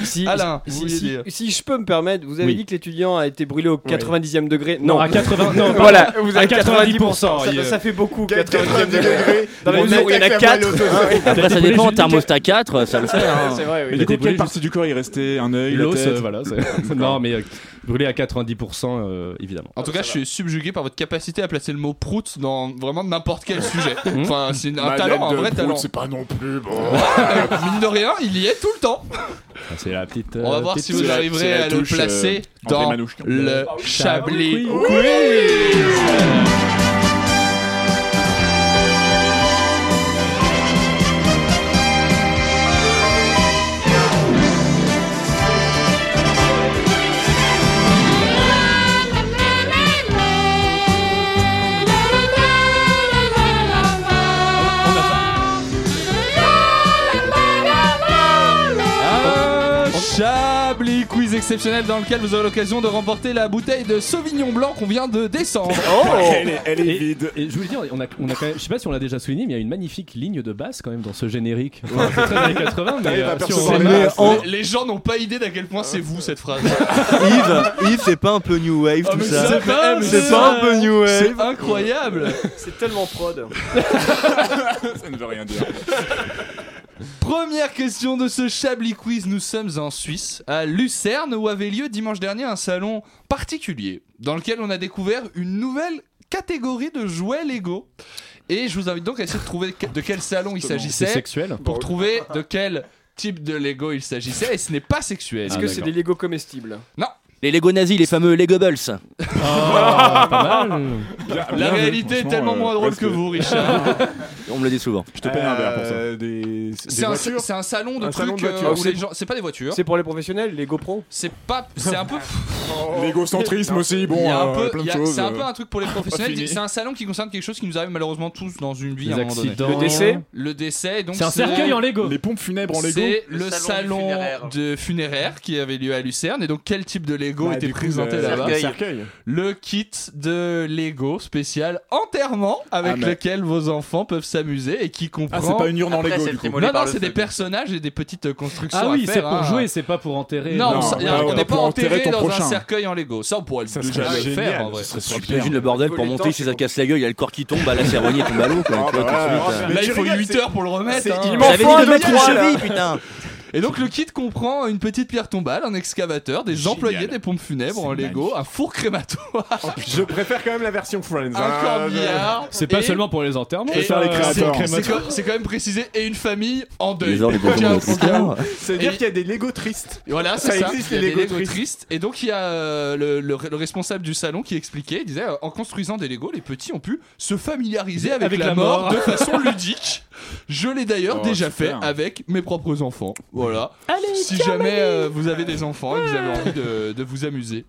[SPEAKER 4] Si,
[SPEAKER 1] Alain,
[SPEAKER 4] si-
[SPEAKER 1] vous vouliez
[SPEAKER 4] si-
[SPEAKER 1] dire.
[SPEAKER 4] si je peux me permettre, vous avez
[SPEAKER 1] Oui.
[SPEAKER 4] dit que l'étudiant a été brûlé au 90e degré.
[SPEAKER 11] Non, à 80 non, pardon.
[SPEAKER 4] voilà,
[SPEAKER 11] À
[SPEAKER 4] vous avez
[SPEAKER 11] 90%,
[SPEAKER 4] 90%. Ça,
[SPEAKER 11] il-
[SPEAKER 4] ça fait beaucoup,
[SPEAKER 12] 90
[SPEAKER 4] 90
[SPEAKER 12] degrés.
[SPEAKER 4] degrés. Dans la
[SPEAKER 12] On
[SPEAKER 4] mesure où il y en a Ah
[SPEAKER 12] attaque la
[SPEAKER 4] 4.
[SPEAKER 12] moelle osseuse.
[SPEAKER 11] Ah, bah,
[SPEAKER 2] Après, ça dépend, thermostat
[SPEAKER 3] 4, ça le fait, hein. C'est vrai, oui.
[SPEAKER 2] Mais du
[SPEAKER 3] Il
[SPEAKER 2] coup,
[SPEAKER 3] était brûlé
[SPEAKER 2] quelle partie du corps il restait Un œil la
[SPEAKER 11] L'os,
[SPEAKER 2] tête
[SPEAKER 11] euh, voilà. c'est- non, mais euh, brûlé à 90%, euh, évidemment.
[SPEAKER 1] En tout cas, je suis subjugué par votre capacité à placer le mot prout dans vraiment n'importe quel sujet.
[SPEAKER 11] Hmm.
[SPEAKER 1] Enfin, c'est un
[SPEAKER 11] Madeleine
[SPEAKER 1] talent, un
[SPEAKER 11] de
[SPEAKER 1] vrai
[SPEAKER 11] Proust,
[SPEAKER 1] talent.
[SPEAKER 11] c'est
[SPEAKER 1] pas non plus bon. Mine de rien, il y est tout le temps.
[SPEAKER 11] Ah, C'est la petite.
[SPEAKER 1] On va voir si vous arriverez à
[SPEAKER 11] euh,
[SPEAKER 1] le placer dans le Chablis. Un Chablis quiz exceptionnel dans lequel vous aurez l'occasion de remporter la bouteille de Sauvignon Blanc qu'on vient de descendre.
[SPEAKER 11] Et- Et, je voulais dire, on a, on a quand même, je sais pas si on l'a déjà souligné, mais il y a une magnifique ligne de basse quand même dans ce générique. Enfin, c'est très années 80, mais
[SPEAKER 1] T'arrives à
[SPEAKER 11] euh, si on-
[SPEAKER 1] percevoir
[SPEAKER 11] c'est-
[SPEAKER 1] les masses.
[SPEAKER 11] mais en-
[SPEAKER 1] Les- Les gens n'ont pas idée d'à quel point c'est vous cette phrase.
[SPEAKER 19] Yves, Yves, c'est pas un peu New Wave
[SPEAKER 11] Ah,
[SPEAKER 19] tout
[SPEAKER 1] mais
[SPEAKER 19] ça
[SPEAKER 1] c'est pas- mais
[SPEAKER 19] C'est
[SPEAKER 1] Ah, c'est-
[SPEAKER 19] pas un peu New Wave
[SPEAKER 1] C'est incroyable.
[SPEAKER 4] C'est tellement prod.
[SPEAKER 2] Ça ne veut rien dire.
[SPEAKER 1] Première question de ce Chablis Quiz. Nous sommes en Suisse, à Lucerne, où avait lieu dimanche dernier un salon particulier dans lequel on a découvert une nouvelle catégorie de jouets Lego. Et je vous invite donc à essayer de trouver que- de quel salon il s'agissait.
[SPEAKER 11] C'est sexuel
[SPEAKER 1] Pour trouver de quel type de Lego il s'agissait. Et ce n'est pas sexuel.
[SPEAKER 4] Est-ce que c'est des Lego comestibles
[SPEAKER 1] Non.
[SPEAKER 3] Les Lego nazis, les fameux Lego Bulls.
[SPEAKER 10] Ah,
[SPEAKER 1] pas La réalité est tellement moins drôle que vous, Richard.
[SPEAKER 3] On me le dit souvent.
[SPEAKER 2] Je te paye un verre pour ça.
[SPEAKER 19] Euh,
[SPEAKER 1] C'est un, c'est un salon de
[SPEAKER 4] Un salon
[SPEAKER 1] trucs
[SPEAKER 4] de
[SPEAKER 1] euh,
[SPEAKER 4] voitures.
[SPEAKER 1] où
[SPEAKER 4] C'est-
[SPEAKER 1] les gens. C'est pas des voitures.
[SPEAKER 4] C'est pour les professionnels, les GoPro
[SPEAKER 1] C'est pas. C'est un peu. Oh.
[SPEAKER 2] L'égocentrisme aussi, bon,
[SPEAKER 1] Il y a un
[SPEAKER 2] euh,
[SPEAKER 1] peu-
[SPEAKER 2] plein
[SPEAKER 1] il
[SPEAKER 2] de
[SPEAKER 1] y a-
[SPEAKER 2] choses.
[SPEAKER 1] C'est un peu un truc pour les
[SPEAKER 2] Pas
[SPEAKER 1] professionnels.
[SPEAKER 2] fini.
[SPEAKER 1] C'est un salon qui concerne quelque chose qui nous arrive malheureusement tous dans une vie
[SPEAKER 2] Les
[SPEAKER 1] à un moment donné.
[SPEAKER 2] accidents. Le décès
[SPEAKER 1] Le décès. donc
[SPEAKER 2] C'est un cercueil en Lego. Les pompes funèbres en Lego.
[SPEAKER 1] C'est
[SPEAKER 2] Le
[SPEAKER 1] le
[SPEAKER 2] salon
[SPEAKER 1] salon de funéraire qui avait lieu à Lucerne. Et donc quel type de Lego
[SPEAKER 2] Bah,
[SPEAKER 1] était
[SPEAKER 2] du coup,
[SPEAKER 1] présenté
[SPEAKER 2] le
[SPEAKER 1] là-bas
[SPEAKER 2] cercueil.
[SPEAKER 1] Le kit de Lego spécial enterrement avec
[SPEAKER 2] Ah, mais- Ah,
[SPEAKER 1] lequel vos enfants peuvent s'amuser et qui comprend.
[SPEAKER 2] c'est pas une urne en Après, Lego,
[SPEAKER 1] Non
[SPEAKER 2] c'est du coup.
[SPEAKER 1] non,
[SPEAKER 2] prémolé par le
[SPEAKER 1] c'est des
[SPEAKER 2] feu.
[SPEAKER 1] personnages et des petites constructions.
[SPEAKER 16] Ah
[SPEAKER 1] à
[SPEAKER 16] oui,
[SPEAKER 1] faire,
[SPEAKER 16] c'est pour
[SPEAKER 1] hein.
[SPEAKER 16] jouer, c'est pas pour enterrer.
[SPEAKER 1] Non,
[SPEAKER 16] Non,
[SPEAKER 1] ça-
[SPEAKER 16] pas-
[SPEAKER 1] on
[SPEAKER 16] pas
[SPEAKER 1] n'est pas
[SPEAKER 16] pour enterrer
[SPEAKER 1] enterré
[SPEAKER 16] ton
[SPEAKER 1] dans
[SPEAKER 16] prochain.
[SPEAKER 1] un cercueil en Lego. Ça, on pourrait le
[SPEAKER 2] serait
[SPEAKER 1] jamais
[SPEAKER 2] génial,
[SPEAKER 1] faire en vrai.
[SPEAKER 2] ce serait
[SPEAKER 3] J'imagine le bordel pour monter, si ça casse la gueule, il y a le corps qui tombe, bah, la cérémonie tombe à l'eau. quoi, tu vois, tout de suite, euh.
[SPEAKER 1] Là, il faut 8 heures pour le remettre.
[SPEAKER 3] C'est-
[SPEAKER 1] hein.
[SPEAKER 3] il m'en J'avais faut dit un de de mettre trois, une là. cheville, putain.
[SPEAKER 1] Et donc le kit comprend une petite pierre tombale, un excavateur, des employés des pompes funèbres en Lego, un four crématoire.
[SPEAKER 12] Je préfère quand même la version Friends.
[SPEAKER 1] Un
[SPEAKER 12] hein.
[SPEAKER 1] corbillard.
[SPEAKER 16] C'est pas
[SPEAKER 1] et-
[SPEAKER 16] seulement pour les enterrements.
[SPEAKER 1] et-
[SPEAKER 16] ça,
[SPEAKER 1] euh,
[SPEAKER 16] les créateurs.
[SPEAKER 1] c'est- c'est
[SPEAKER 16] Crématoire.
[SPEAKER 1] quand- C'est quand même précisé et une famille en deuil.
[SPEAKER 16] Les gens, les pauvres,
[SPEAKER 1] Au cas où,
[SPEAKER 16] les
[SPEAKER 1] au cas où.
[SPEAKER 16] pauvres.
[SPEAKER 12] C'est-à-dire qu'il y a des Lego tristes.
[SPEAKER 1] Et Voilà, c'est ça.
[SPEAKER 12] existe
[SPEAKER 1] il y a
[SPEAKER 12] les
[SPEAKER 1] des
[SPEAKER 12] Lego
[SPEAKER 1] Lego
[SPEAKER 12] tristes.
[SPEAKER 1] tristes. Et donc, il y a euh, le, le- le responsable du salon qui expliquait, il disait, euh, en construisant des Lego, les petits ont pu se familiariser avec, la, mort, de façon ludique. Je l'ai d'ailleurs
[SPEAKER 20] Oh,
[SPEAKER 1] déjà fait
[SPEAKER 20] super.
[SPEAKER 1] avec mes propres enfants. Voilà.
[SPEAKER 20] Allez,
[SPEAKER 1] si
[SPEAKER 20] tiens,
[SPEAKER 1] jamais
[SPEAKER 20] mamie.
[SPEAKER 1] euh, vous avez des enfants et que vous avez envie de, de vous amuser.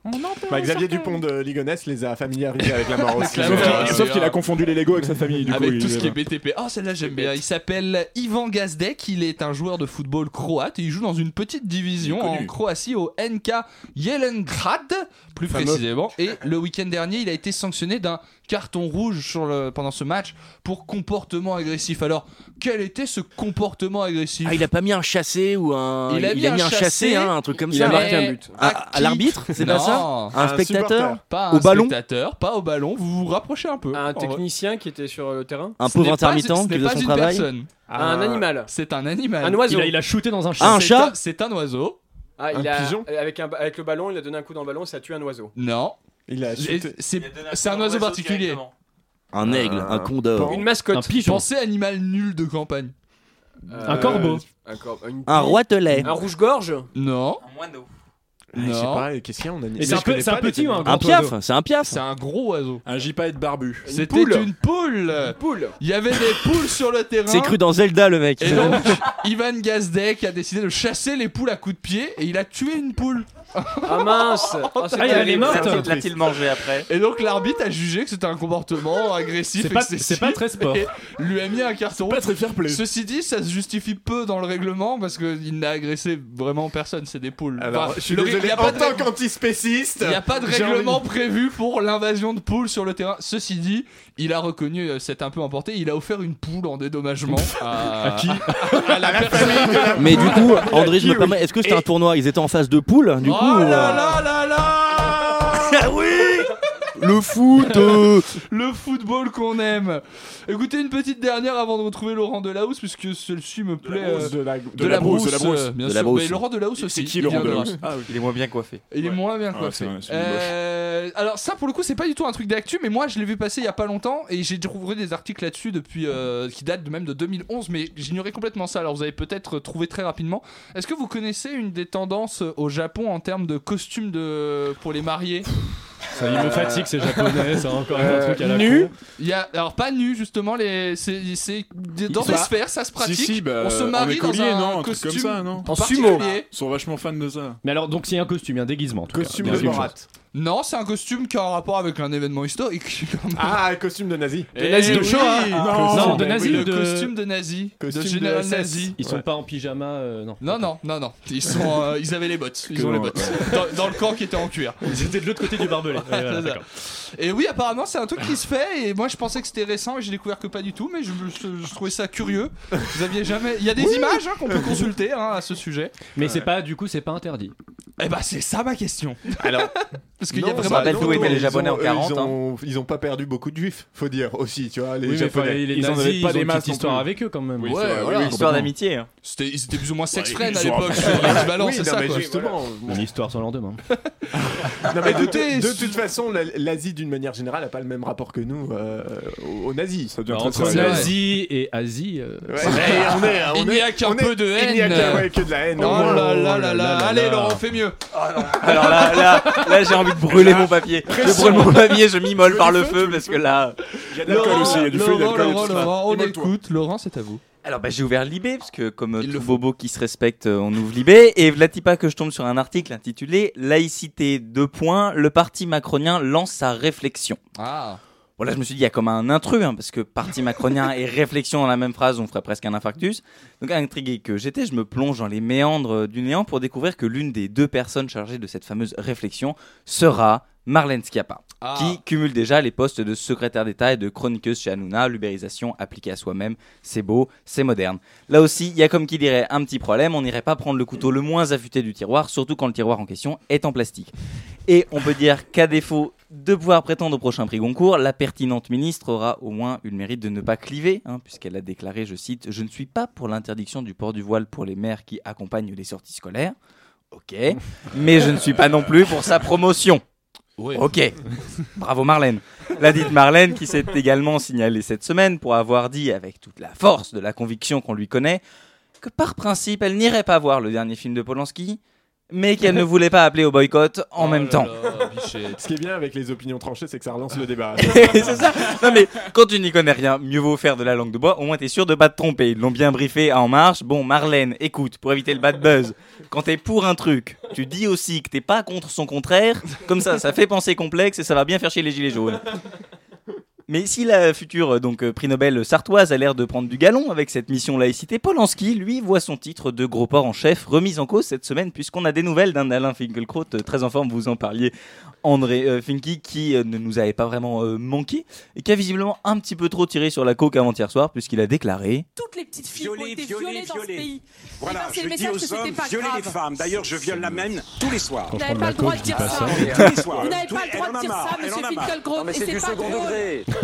[SPEAKER 12] Bah, Xavier Dupont de Ligonesse les a familiarisés avec la mort aussi.
[SPEAKER 1] Clairement.
[SPEAKER 12] Euh,
[SPEAKER 1] Ouais,
[SPEAKER 2] Sauf
[SPEAKER 1] ouais.
[SPEAKER 2] qu'il a confondu les Lego avec sa famille. Du
[SPEAKER 1] avec
[SPEAKER 2] coup,
[SPEAKER 1] tout
[SPEAKER 2] il-
[SPEAKER 1] ce qui est BTP. Ah, celle-là, j'aime bien. Il s'appelle Ivan Gazdek. Il est un joueur de football croate et il joue dans une petite division en Croatie au NK Jelengrad, plus
[SPEAKER 20] Fameux.
[SPEAKER 1] précisément. Et le week-end dernier, il a été sanctionné d'un carton rouge sur le- pendant ce match pour comportement agressif. Alors, quel était ce comportement agressif
[SPEAKER 3] Ah, il a pas mis un chassé ou un.
[SPEAKER 1] Il a mis un chassé,
[SPEAKER 3] hein, un truc comme
[SPEAKER 1] il
[SPEAKER 3] ça.
[SPEAKER 1] a marqué un but.
[SPEAKER 3] À,
[SPEAKER 1] À
[SPEAKER 3] à l'arbitre, c'est pas ça
[SPEAKER 1] Non.
[SPEAKER 3] Un, spectateur
[SPEAKER 1] Pas un
[SPEAKER 3] Au ballon
[SPEAKER 1] spectateur, pas au ballon. Vous vous rapprochez un peu.
[SPEAKER 4] Un technicien qui était sur le terrain Ah.
[SPEAKER 3] Un
[SPEAKER 1] Ce
[SPEAKER 3] pauvre
[SPEAKER 1] n'est pas-
[SPEAKER 3] intermittent
[SPEAKER 1] ce
[SPEAKER 3] qui
[SPEAKER 1] n'est
[SPEAKER 3] faisait
[SPEAKER 1] pas
[SPEAKER 3] son
[SPEAKER 1] une
[SPEAKER 3] travail
[SPEAKER 1] personne.
[SPEAKER 4] Un animal.
[SPEAKER 1] C'est un animal.
[SPEAKER 4] Un oiseau. Il a- il a
[SPEAKER 16] shooté dans un
[SPEAKER 3] chat. Ah, Un
[SPEAKER 1] C'est
[SPEAKER 3] chat
[SPEAKER 1] C'est un oiseau.
[SPEAKER 4] Ah, il
[SPEAKER 1] Un
[SPEAKER 4] a,
[SPEAKER 1] pigeon
[SPEAKER 4] avec, un, avec le ballon, il a donné un coup dans le ballon et ça a tué un oiseau.
[SPEAKER 1] Non.
[SPEAKER 12] Il a
[SPEAKER 1] C'est c'est un oiseau particulier.
[SPEAKER 3] Un aigle, un condor.
[SPEAKER 4] Une mascotte.
[SPEAKER 3] Un pigeon.
[SPEAKER 1] Euh, Pensez animal nul de campagne.
[SPEAKER 4] Euh, Un, cor- une-
[SPEAKER 3] Un roitelet.
[SPEAKER 4] Un rouge-gorge
[SPEAKER 1] Non.
[SPEAKER 21] Un moineau.
[SPEAKER 12] Je sais
[SPEAKER 1] Non.
[SPEAKER 12] pas, qu'est-ce qu'il y a on a...
[SPEAKER 1] Et
[SPEAKER 12] Mais
[SPEAKER 1] c'est un
[SPEAKER 12] je
[SPEAKER 1] peu-
[SPEAKER 12] connais
[SPEAKER 1] c'est un
[SPEAKER 12] pas les
[SPEAKER 1] petit ou un
[SPEAKER 12] animaux.
[SPEAKER 1] grand Un piaf, oiseau
[SPEAKER 3] c'est un piaf.
[SPEAKER 1] C'est un gros oiseau.
[SPEAKER 2] Un gypaète barbu.
[SPEAKER 1] C'était une poule.
[SPEAKER 4] poule.
[SPEAKER 1] Il y avait des poules sur le terrain.
[SPEAKER 3] C'est cru dans Zelda, le mec.
[SPEAKER 1] Et donc, Ivan Gazdek a décidé de chasser les poules à coups de pied et il a tué une poule.
[SPEAKER 4] Ah mince Ah, c'est
[SPEAKER 1] Ah, il y a les
[SPEAKER 4] terrible.
[SPEAKER 1] mortes.
[SPEAKER 4] C'est
[SPEAKER 21] l'a t
[SPEAKER 4] triste.
[SPEAKER 21] mangé après
[SPEAKER 1] Et donc l'arbitre a jugé que c'était un comportement agressif.
[SPEAKER 16] C'est pas-
[SPEAKER 1] excessif,
[SPEAKER 16] c'est pas très sport.
[SPEAKER 1] et Lui a mis un carton rouge.
[SPEAKER 16] pas très fair play.
[SPEAKER 1] Ceci dit, ça se justifie peu dans le règlement parce qu'il n'a agressé vraiment personne. C'est des poules.
[SPEAKER 12] Alors,
[SPEAKER 1] Enfin,
[SPEAKER 12] je suis
[SPEAKER 1] le- il y
[SPEAKER 12] désolé,
[SPEAKER 1] a pas
[SPEAKER 12] en
[SPEAKER 1] de
[SPEAKER 12] tant
[SPEAKER 1] règle-
[SPEAKER 12] qu'antispéciste.
[SPEAKER 1] il n'y a pas de
[SPEAKER 12] j'ai envie-
[SPEAKER 1] règlement prévu pour l'invasion de poules sur le terrain. Ceci dit, il a reconnu euh, s'être un peu emporté. Il a offert une poule en dédommagement à,
[SPEAKER 3] À qui
[SPEAKER 1] à la personne.
[SPEAKER 3] Mais du coup, André, je
[SPEAKER 1] Qui,
[SPEAKER 3] me
[SPEAKER 1] oui.
[SPEAKER 3] permets, est-ce que c'était un tournoi Ils étaient en phase de poule, du
[SPEAKER 1] oh
[SPEAKER 3] coup
[SPEAKER 1] là
[SPEAKER 3] euh,
[SPEAKER 1] là là là
[SPEAKER 3] Ah oui Le foot euh,
[SPEAKER 1] Le football qu'on aime. Écoutez une petite dernière avant de retrouver Laurent Delahousse puisque celui-ci me plaît. euh,
[SPEAKER 12] de la- de
[SPEAKER 1] de
[SPEAKER 12] la brousse,
[SPEAKER 1] brousse,
[SPEAKER 12] de la Ah, brousse.
[SPEAKER 1] euh, bien
[SPEAKER 12] De la
[SPEAKER 1] sûr.
[SPEAKER 12] brousse.
[SPEAKER 1] Mais Laurent Delahousse
[SPEAKER 12] C'est
[SPEAKER 1] aussi.
[SPEAKER 12] qui,
[SPEAKER 1] il
[SPEAKER 12] Laurent
[SPEAKER 1] vient de Ah
[SPEAKER 12] Delahousse
[SPEAKER 1] Reims.
[SPEAKER 21] Il est moins bien coiffé.
[SPEAKER 1] Il est moins bien
[SPEAKER 21] Ah,
[SPEAKER 1] coiffé.
[SPEAKER 21] c'est vrai, c'est une
[SPEAKER 1] Euh, alors ça pour le coup c'est pas du tout un truc d'actu mais moi je l'ai vu passer il y a pas longtemps et j'ai trouvé des articles là-dessus depuis euh, qui datent de même de 2011 mais j'ignorais complètement ça alors vous avez peut-être trouvé très rapidement. Est-ce que vous connaissez une des tendances au Japon en termes de costumes de pour les mariés Euh,
[SPEAKER 16] Ça, ils me fatiguent, ces Japonais, ça, encore un truc à la
[SPEAKER 1] nu.
[SPEAKER 16] con.
[SPEAKER 1] Il y a alors pas nu justement les c'est c'est- dans des
[SPEAKER 2] Bah,
[SPEAKER 1] sphères ça se pratique.
[SPEAKER 2] Si, si, bah,
[SPEAKER 1] on se
[SPEAKER 2] en
[SPEAKER 1] marie dans
[SPEAKER 2] écolier,
[SPEAKER 1] un,
[SPEAKER 2] non, un truc
[SPEAKER 1] costume
[SPEAKER 2] comme ça, non
[SPEAKER 1] particulier.
[SPEAKER 2] Ils sont vachement fans de ça.
[SPEAKER 16] Mais alors, donc c'est un costume, un déguisement en tout
[SPEAKER 2] Costume
[SPEAKER 16] cas.
[SPEAKER 2] de
[SPEAKER 16] Bien sûr.
[SPEAKER 2] Borat.
[SPEAKER 1] Non, c'est un costume qui a un rapport avec un événement historique.
[SPEAKER 12] Ah, costume de nazi.
[SPEAKER 1] Eh
[SPEAKER 12] de
[SPEAKER 1] oui.
[SPEAKER 12] Shoah.
[SPEAKER 1] Non,
[SPEAKER 16] Non,
[SPEAKER 1] costume,
[SPEAKER 16] hein. de
[SPEAKER 1] oui,
[SPEAKER 16] nazi
[SPEAKER 1] oui,
[SPEAKER 16] ou
[SPEAKER 1] le
[SPEAKER 16] de-
[SPEAKER 1] costume de nazi,
[SPEAKER 16] Costume
[SPEAKER 1] de
[SPEAKER 16] de
[SPEAKER 1] général
[SPEAKER 16] SS.
[SPEAKER 1] nazi.
[SPEAKER 16] Ils sont pas en pyjama, euh, non.
[SPEAKER 1] Non, non, non, non. Ils sont, euh, ils avaient les bottes. Ils
[SPEAKER 16] Que
[SPEAKER 1] ont les
[SPEAKER 16] non,
[SPEAKER 1] bottes. Dans, dans le camp qui était en cuir.
[SPEAKER 16] Ils étaient de l'autre côté du barbelé. Ouais, voilà,
[SPEAKER 1] C'est ça.
[SPEAKER 16] d'accord.
[SPEAKER 1] et oui, apparemment, c'est un truc qui se fait. Et moi, je pensais que c'était récent et j'ai découvert que pas du tout. Mais je, me- je- je trouvais ça curieux. Vous aviez jamais. Il y a des
[SPEAKER 16] Oui.
[SPEAKER 1] images hein, qu'on peut consulter hein, à ce sujet.
[SPEAKER 16] Mais c'est pas, du coup, c'est pas interdit.
[SPEAKER 1] Eh bah, c'est ça ma question.
[SPEAKER 12] Alors,
[SPEAKER 1] Parce qu'il y a
[SPEAKER 12] non,
[SPEAKER 1] vraiment-
[SPEAKER 12] ça,
[SPEAKER 1] Rappelle
[SPEAKER 12] non,
[SPEAKER 1] où étaient
[SPEAKER 12] non,
[SPEAKER 1] les
[SPEAKER 12] ils
[SPEAKER 1] Japonais
[SPEAKER 12] ont-
[SPEAKER 1] en
[SPEAKER 12] eux,
[SPEAKER 1] 40,
[SPEAKER 12] Ils ont, ils ont pas perdu beaucoup de juifs, faut dire aussi, tu vois. Les
[SPEAKER 16] Oui, mais enfin,
[SPEAKER 12] Japonais,
[SPEAKER 16] les
[SPEAKER 12] en
[SPEAKER 16] nazis, ils ont une
[SPEAKER 12] masses
[SPEAKER 16] petite
[SPEAKER 12] non
[SPEAKER 16] histoire
[SPEAKER 12] plus.
[SPEAKER 16] avec eux, quand même.
[SPEAKER 12] Oui,
[SPEAKER 16] Ouais,
[SPEAKER 12] c'est vrai,
[SPEAKER 16] voilà,
[SPEAKER 12] oui,
[SPEAKER 16] histoire
[SPEAKER 12] complètement.
[SPEAKER 16] d'amitié, hein.
[SPEAKER 1] C'était, ils étaient plus ou moins sex
[SPEAKER 16] Ouais,
[SPEAKER 1] friends à
[SPEAKER 16] ils ont
[SPEAKER 1] l'époque.
[SPEAKER 16] un-
[SPEAKER 1] sur l'équivalent,
[SPEAKER 12] Oui,
[SPEAKER 1] c'est
[SPEAKER 12] non,
[SPEAKER 1] ça.
[SPEAKER 12] mais
[SPEAKER 1] quoi.
[SPEAKER 12] justement.
[SPEAKER 16] Une histoire sans lendemain.
[SPEAKER 12] Non, mais de,
[SPEAKER 1] Écoutez,
[SPEAKER 12] de toute façon, la- l'Asie d'une manière générale a pas le même rapport que nous euh, aux, aux nazis. Ça
[SPEAKER 16] Alors,
[SPEAKER 11] Bah,
[SPEAKER 16] Entre l'Asie et Asie. euh,
[SPEAKER 12] Ouais. Eh, on est- on
[SPEAKER 1] Il n'y
[SPEAKER 12] est-
[SPEAKER 1] a qu'un
[SPEAKER 12] on est-
[SPEAKER 1] peu de haine.
[SPEAKER 12] Il n'y a qu'un- ouais, que de la haine.
[SPEAKER 1] Oh
[SPEAKER 12] Oh
[SPEAKER 1] là là là
[SPEAKER 12] là
[SPEAKER 1] là. Ah
[SPEAKER 12] là
[SPEAKER 1] Allez,
[SPEAKER 12] là.
[SPEAKER 1] Laurent, fais mieux.
[SPEAKER 21] Alors là, là, là j'ai envie de brûler mon papier. Je brûle mon papier, je
[SPEAKER 1] Tu
[SPEAKER 21] m'immole
[SPEAKER 1] veux
[SPEAKER 21] par
[SPEAKER 1] du
[SPEAKER 21] le
[SPEAKER 1] feu,
[SPEAKER 21] feu parce que là.
[SPEAKER 1] Il y a de l'alcool Laurent, aussi, il y a du feu, il y a de l'alcool et Laurent, tout ça. Laurent, on Immole-toi. écoute. Laurent, c'est à vous.
[SPEAKER 21] Alors bah, j'ai ouvert Libé parce que comme euh, tout bobo qui se respecte, euh, on ouvre Libé et v'là-t-il pas que je tombe sur un article intitulé Laïcité deux points, le parti macronien lance sa réflexion.
[SPEAKER 1] Ah.
[SPEAKER 21] Voilà, je me suis dit, il y a comme un intrus, hein, parce que parti macronien et réflexion dans la même phrase, on ferait presque un infarctus. Donc, intrigué que j'étais, je me plonge dans les méandres euh, du néant pour découvrir que l'une des deux personnes chargées de cette fameuse réflexion sera Marlène Schiappa,
[SPEAKER 1] Ah.
[SPEAKER 21] qui cumule déjà les postes de secrétaire d'État et de chroniqueuse chez Hanouna, l'ubérisation appliquée à soi-même, c'est beau, c'est moderne. Là aussi, il y a comme qui dirait un petit problème, on n'irait pas prendre le couteau le moins affûté du tiroir, surtout quand le tiroir en question est en plastique. Et on peut dire qu'à défaut de pouvoir prétendre au prochain prix Goncourt, la pertinente ministre aura au moins eu le mérite de ne pas cliver, hein, puisqu'elle a déclaré, je cite, Je ne suis pas pour l'interdiction du port du voile pour les mères qui accompagnent les sorties scolaires. Ok, mais je ne suis pas non plus pour sa promotion.
[SPEAKER 1] Ouais.
[SPEAKER 21] Ok, bravo Marlène. La dite Marlène qui s'est également signalée cette semaine pour avoir dit avec toute la force de la conviction qu'on lui connaît que par principe elle n'irait pas voir le dernier film de Polanski, mais qu'elle ne voulait pas appeler au boycott en même temps.
[SPEAKER 12] Ce qui est bien avec les opinions tranchées, c'est que ça relance le débat.
[SPEAKER 21] c'est ça. Non mais quand tu n'y connais rien, mieux vaut faire de la langue de bois. Au moins t'es sûr de pas te tromper. Ils l'ont bien briefé à En Marche. Bon Marlène, écoute, pour éviter le bad buzz, quand t'es pour un truc, tu dis aussi que t'es pas contre son contraire. Comme ça, ça fait penser complexe et ça va bien faire chez les gilets jaunes. Mais si la future euh, donc euh, prix Nobel sartoise a l'air de prendre du galon avec cette mission laïcité, Polanski, lui, voit son titre de gros porc en chef remis en cause cette semaine puisqu'on a des nouvelles d'un Alain Finkielkraut euh, très en forme, vous en parliez, André euh, Finky, qui euh, ne nous avait pas vraiment euh, manqué et qui a visiblement un petit peu trop tiré sur la coke avant-hier soir puisqu'il a déclaré
[SPEAKER 10] toutes les petites filles ont été
[SPEAKER 22] violer,
[SPEAKER 10] violées dans ce
[SPEAKER 22] violer.
[SPEAKER 10] pays. Eh
[SPEAKER 22] Voilà,
[SPEAKER 10] ben, c'est
[SPEAKER 22] je
[SPEAKER 10] le
[SPEAKER 22] dis
[SPEAKER 10] message que
[SPEAKER 22] aux
[SPEAKER 10] c'était
[SPEAKER 22] hommes,
[SPEAKER 10] pas
[SPEAKER 22] violez les
[SPEAKER 10] grave.
[SPEAKER 22] femmes. D'ailleurs, je viole la même tous les soirs.
[SPEAKER 10] Vous n'avez pas le droit de dire ça.
[SPEAKER 22] Tous les soirs.
[SPEAKER 10] Vous n'avez
[SPEAKER 22] Tous-
[SPEAKER 10] pas le droit
[SPEAKER 22] elle en
[SPEAKER 10] de
[SPEAKER 22] a
[SPEAKER 10] dire
[SPEAKER 22] marre,
[SPEAKER 10] ça,
[SPEAKER 22] elle en
[SPEAKER 10] monsieur
[SPEAKER 22] a marre.
[SPEAKER 10] Finkielkraut.
[SPEAKER 22] Non, mais
[SPEAKER 10] Et
[SPEAKER 22] c'est
[SPEAKER 10] c'est
[SPEAKER 22] du
[SPEAKER 10] pas
[SPEAKER 22] second
[SPEAKER 10] drôle.
[SPEAKER 22] degré.
[SPEAKER 1] Ah,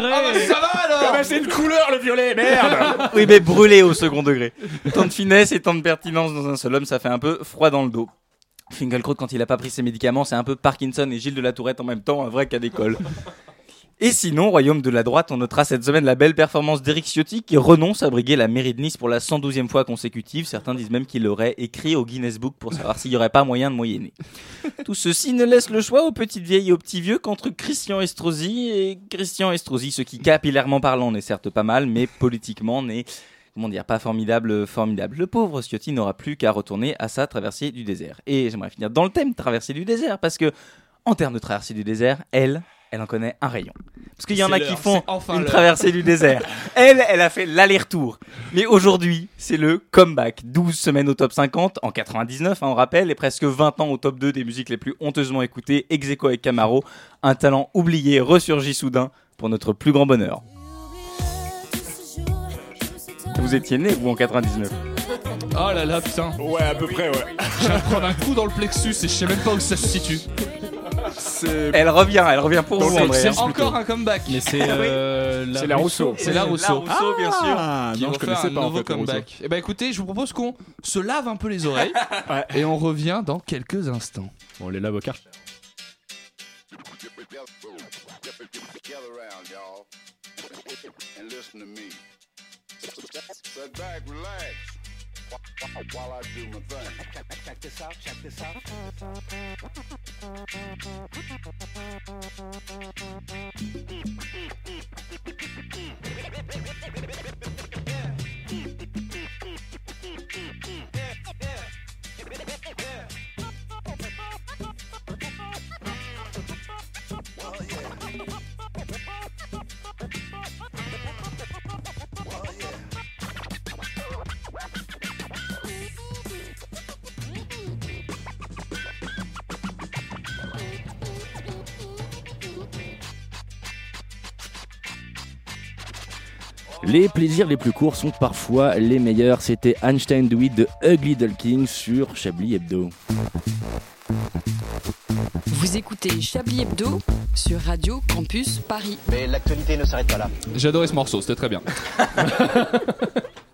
[SPEAKER 1] bah,
[SPEAKER 12] bah,
[SPEAKER 22] Eh ben,
[SPEAKER 1] ça va
[SPEAKER 10] Ah,
[SPEAKER 1] alors
[SPEAKER 10] bah,
[SPEAKER 22] C'est une couleur le violet, merde
[SPEAKER 21] Oui, mais brûlé au second degré. Tant de finesse et tant de pertinence dans un seul homme, ça fait un peu froid dans le dos. Finkelkraut, quand il a pas pris ses médicaments, c'est un peu Parkinson et Gilles de la Tourette en même temps, un vrai cas d'école. Et sinon, royaume de la droite, on notera cette semaine la belle performance d'Éric Ciotti qui renonce à briguer la mairie de Nice pour la 112e fois consécutive. Certains disent même qu'il l'aurait écrit au Guinness Book pour savoir s'il n'y aurait pas moyen de moyenner. Tout ceci ne laisse le choix aux petites vieilles et aux petits vieux qu'entre Christian Estrosi et Christian Estrosi, ce qui capillairement parlant n'est certes pas mal, mais politiquement n'est comment dire, pas formidable, euh, formidable. Le pauvre Ciotti n'aura plus qu'à retourner à sa traversée du désert. Et j'aimerais finir dans le thème traversée du désert, parce que en termes de traversée du désert, elle, elle en connaît un rayon. Parce qu'il y en
[SPEAKER 1] C'est
[SPEAKER 21] a qui
[SPEAKER 1] l'heure,
[SPEAKER 21] font
[SPEAKER 1] c'est enfin
[SPEAKER 21] une
[SPEAKER 1] l'heure.
[SPEAKER 21] traversée du désert. Elle, elle a fait l'aller-retour. Mais aujourd'hui, c'est le comeback. 12 semaines au top 50 en 99, hein, on rappelle, et presque 20 ans au top 2 des musiques les plus honteusement écoutées, ex aequo avec Camaro. Un talent oublié ressurgit soudain pour notre plus grand bonheur. Vous étiez né, vous, en 99
[SPEAKER 1] Oh là là, putain.
[SPEAKER 2] Ouais, à peu près, ouais.
[SPEAKER 1] Je viens de prendre un coup dans le plexus et je sais même pas où ça se situe.
[SPEAKER 21] Elle revient, elle revient pour vous, Ah André.
[SPEAKER 1] C'est encore un comeback.
[SPEAKER 16] Mais c'est euh, la
[SPEAKER 1] C'est la Rousseau. C'est la Rousseau.
[SPEAKER 21] bien sûr.
[SPEAKER 2] Ah,
[SPEAKER 1] qui
[SPEAKER 2] non,
[SPEAKER 1] vont
[SPEAKER 2] je
[SPEAKER 1] faire
[SPEAKER 2] connaissais
[SPEAKER 1] un
[SPEAKER 2] pas, en
[SPEAKER 1] nouveau
[SPEAKER 2] fait, la
[SPEAKER 1] comeback.
[SPEAKER 2] Rousseau.
[SPEAKER 1] Eh ben écoutez, je vous propose qu'on se lave un peu les oreilles et on revient dans quelques instants.
[SPEAKER 16] On les lave au car.
[SPEAKER 6] Gather around, y'all, and listen to me. Sit back, relax, while I do my thing. Check this out, check this out.
[SPEAKER 10] Oh,
[SPEAKER 14] Les plaisirs les plus courts sont parfois les meilleurs. C'était Einstein Dewey de Ugly King sur Chablis Hebdo.
[SPEAKER 9] Vous écoutez Chablis Hebdo sur Radio Campus Paris.
[SPEAKER 5] Mais l'actualité ne s'arrête pas là.
[SPEAKER 1] J'adorais ce morceau, c'était très bien.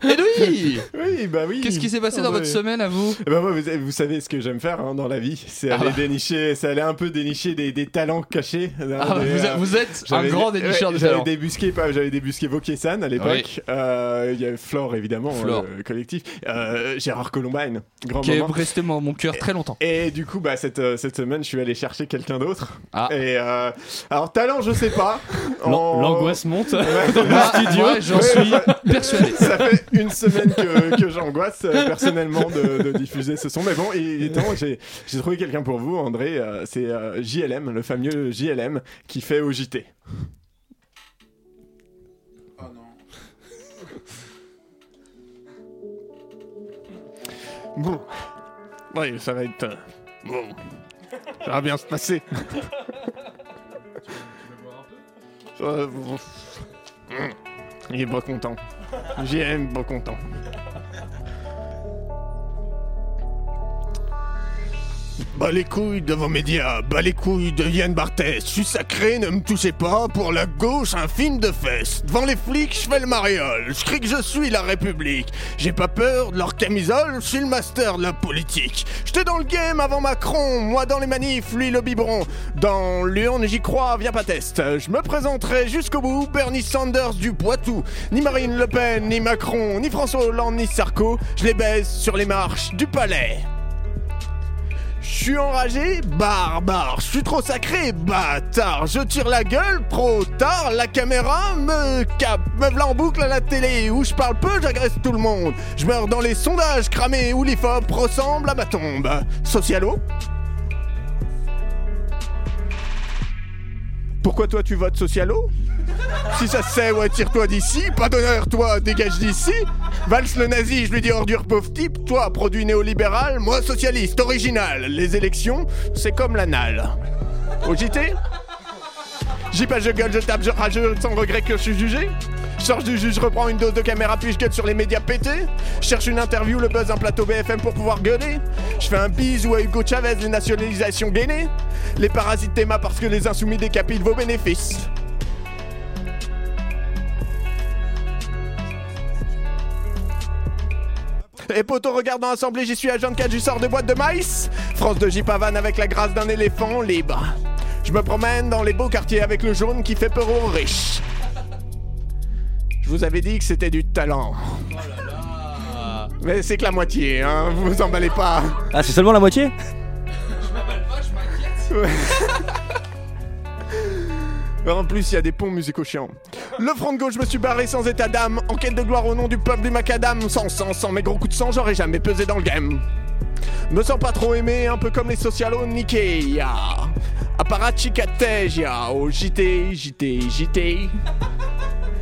[SPEAKER 1] Eh Edoui
[SPEAKER 12] Oui, bah oui.
[SPEAKER 1] Qu'est-ce qui s'est passé dans votre semaine à vous Ah bah.
[SPEAKER 12] bah moi, vous, vous savez ce que j'aime faire hein, dans la vie, c'est aller dénicher, c'est aller un peu dénicher des, des talents cachés. hein,
[SPEAKER 1] Ah,
[SPEAKER 12] des,
[SPEAKER 1] vous-
[SPEAKER 12] euh,
[SPEAKER 1] vous êtes un
[SPEAKER 12] j'avais-
[SPEAKER 1] grand dénicheur de
[SPEAKER 12] J'avais
[SPEAKER 1] talents.
[SPEAKER 12] débusqué, pas- j'avais débusqué Vauquier-San à l'époque. Euh, Il y avait Flore évidemment,
[SPEAKER 1] Flore.
[SPEAKER 12] euh, le collectif. Euh, Gérard Columbine, grand
[SPEAKER 1] Qui est
[SPEAKER 12] moment.
[SPEAKER 1] resté dans mon cœur très longtemps.
[SPEAKER 12] Et du coup, bah, cette, euh, cette semaine, je suis allé chercher quelqu'un d'autre.
[SPEAKER 1] Ah.
[SPEAKER 12] Et euh, alors, talent, je sais pas. En-
[SPEAKER 16] L'angoisse monte
[SPEAKER 12] Ouais.
[SPEAKER 16] dans le studio.
[SPEAKER 12] Ouais, j'en suis persuadé. Ça fait une semaine que, que j'angoisse euh, personnellement de, de diffuser ce son. Mais bon, il est temps, j'ai j'ai trouvé quelqu'un pour vous, André. euh, C'est euh, JLM, le fameux JLM qui fait au JT. Bon. Ouais, ça va être. euh, Bon. Ça va bien se passer. Euh, bon. Il est pas content. JM pas content. Bah les couilles de vos médias, bah les couilles de Yann Barthès, je suis sacré, ne me touchez pas, pour la gauche un film de fesses. Devant les flics, je fais le mariole, je crie que je suis la République. J'ai pas peur de leur camisole, je suis le master de la politique. J'étais dans le game avant Macron, moi dans les manifs, lui le biberon. Dans l'urne, j'y crois, viens pas test. Je me présenterai jusqu'au bout, Bernie Sanders du Poitou. Ni Marine Le Pen, ni Macron, ni François Hollande, ni Sarko, je les baise sur les marches du palais. Je suis enragé, barbare. Je suis trop sacré, bâtard. Je tire la gueule, trop tard. La caméra me capte, me v'là en boucle à la télé. Où je parle peu, j'agresse tout le monde. Je meurs dans les sondages cramés où l'IFOP ressemble à ma tombe. Socialo Pourquoi toi tu votes Socialo si ça se sait, ouais, tire-toi d'ici. Pas d'honneur, toi, dégage d'ici. Valls le nazi, je lui dis ordure pauvre type. Toi, produit néolibéral, moi, socialiste, original. Les élections, c'est comme l'anal. Au JT J'y pas, je gueule, je tape, je rageux, sans regret que je suis jugé. Je sors du juge, je reprends une dose de caméra, puis je gueule sur les médias pétés. Je cherche une interview, le buzz, un plateau BFM pour pouvoir gueuler. Je fais un bisou à Hugo Chavez, les nationalisations gainées. Les parasites théma parce que les insoumis décapitent vos bénéfices. Et poteau regardant Assemblée, j'y suis à 24, du sors de boîte de maïs. France de J pavane avec la grâce d'un éléphant libre. Je me promène dans les beaux quartiers avec le jaune qui fait peur aux riches. Je vous avais dit que c'était du talent. Mais c'est que la moitié, hein, vous vous emballez pas.
[SPEAKER 14] Ah, c'est seulement la moitié
[SPEAKER 12] Ouais. En plus, il y a des ponts musicaux chiants. Le front de gauche, je me suis barré sans état d'âme. En quête de gloire au nom du peuple du macadam. Sans, sans, sans mes gros coups de sang, j'aurais jamais pesé dans le game. Me sens pas trop aimé, un peu comme les socialos Nikkei. Apparatchikateja, au JT, JT, JT.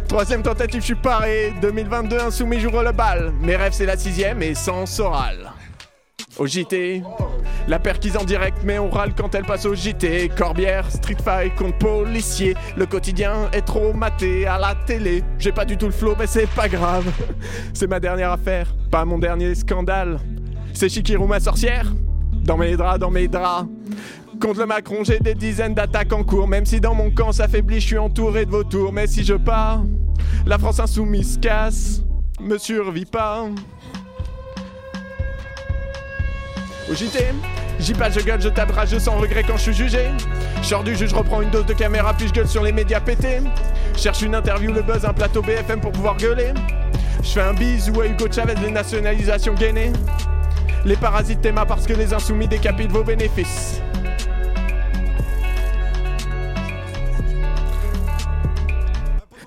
[SPEAKER 12] Troisième tentative, je suis paré. 2022, insoumis, j'ouvre le bal. Mes rêves, c'est la sixième et sans oral. Au JT, la perquise en direct, mais on râle quand elle passe au JT. Corbière, Street Fight contre policier. Le quotidien est trop maté à la télé. J'ai pas du tout le flow, mais c'est pas grave. C'est ma dernière affaire, pas mon dernier scandale. C'est Shikiru, ma sorcière. Dans mes draps, dans mes draps. Contre le Macron, j'ai des dizaines d'attaques en cours. Même si dans mon camp s'affaiblit, je suis entouré de vautours. Mais si je pars, la France insoumise casse, me survit pas. Au JT, j'y passe, je gueule, je tape rageux sans regret quand je suis jugé. Je sors du juge, je reprends une dose de caméra, puis je gueule sur les médias pétés. Je Cherche une interview, le buzz, un plateau BFM pour pouvoir gueuler. Je fais un bisou à Hugo Chavez, les nationalisations gainées. Les parasites théma parce que les insoumis décapitent vos bénéfices.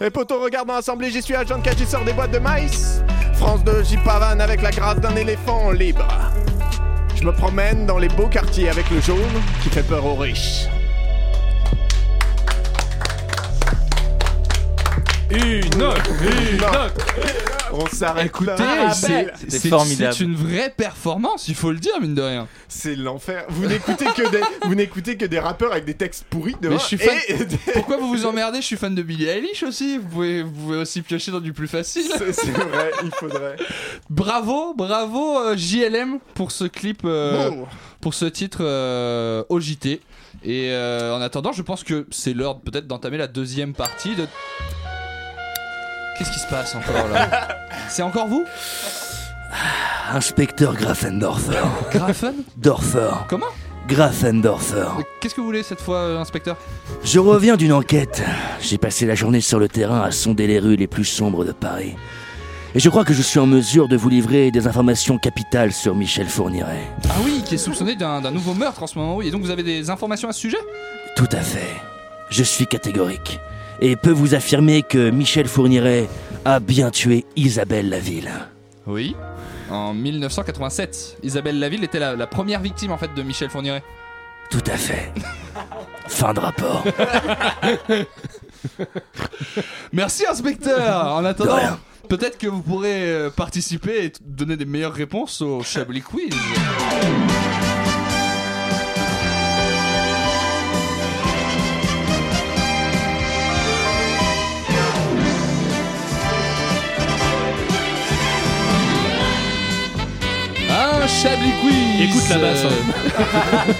[SPEAKER 12] Et poteau regarde dans l'assemblée, j'y suis à 24, j'y sors des boîtes de maïs. France 2, j'y pavane avec la grâce d'un éléphant libre. Je me promène dans les beaux quartiers avec le jaune qui fait peur aux riches.
[SPEAKER 1] Une note, une note.
[SPEAKER 12] On s'arrête
[SPEAKER 1] Écoutez,
[SPEAKER 12] là.
[SPEAKER 1] c'est-
[SPEAKER 12] Ah,
[SPEAKER 1] c'est c'est une vraie performance, il faut le dire, mine de rien.
[SPEAKER 12] C'est l'enfer. Vous n'écoutez que des vous n'écoutez que des rappeurs avec des textes pourris de
[SPEAKER 1] Mais je suis fan- Pourquoi vous vous emmerdez Je suis fan de Billie Eilish aussi. Vous pouvez, vous pouvez aussi piocher dans du plus facile.
[SPEAKER 12] C'est vrai, il faudrait.
[SPEAKER 1] Bravo, bravo euh, JLM pour ce clip, euh,
[SPEAKER 12] Bon.
[SPEAKER 1] pour ce titre euh, OJT. Et euh, en attendant, je pense que c'est l'heure peut-être d'entamer la deuxième partie de. Qu'est-ce qui se passe encore là C'est encore vous
[SPEAKER 3] Inspecteur Grafendorfer.
[SPEAKER 1] Grafen
[SPEAKER 3] Dorfer.
[SPEAKER 1] Comment
[SPEAKER 3] Grafendorfer.
[SPEAKER 1] Qu'est-ce que vous voulez cette fois, euh, inspecteur
[SPEAKER 3] Je reviens d'une enquête. J'ai passé la journée sur le terrain à sonder les rues les plus sombres de Paris. Et je crois que je suis en mesure de vous livrer des informations capitales sur Michel Fourniret.
[SPEAKER 1] Ah oui, qui est soupçonné d'un d'un nouveau meurtre en ce moment, oui. Et donc vous avez des informations à ce sujet
[SPEAKER 3] Tout à fait. Je suis catégorique. Et peux vous affirmer que Michel Fourniret a bien tué Isabelle Laville.
[SPEAKER 1] Oui. En 1987, Isabelle Laville était la, la première victime en fait de Michel Fourniret.
[SPEAKER 3] Tout à fait. Fin de rapport.
[SPEAKER 1] Merci inspecteur. En attendant, peut-être que vous pourrez euh, participer et t- donner des meilleures réponses au Chablis Quiz. Chablis Quiz
[SPEAKER 11] Écoute la basse, hein.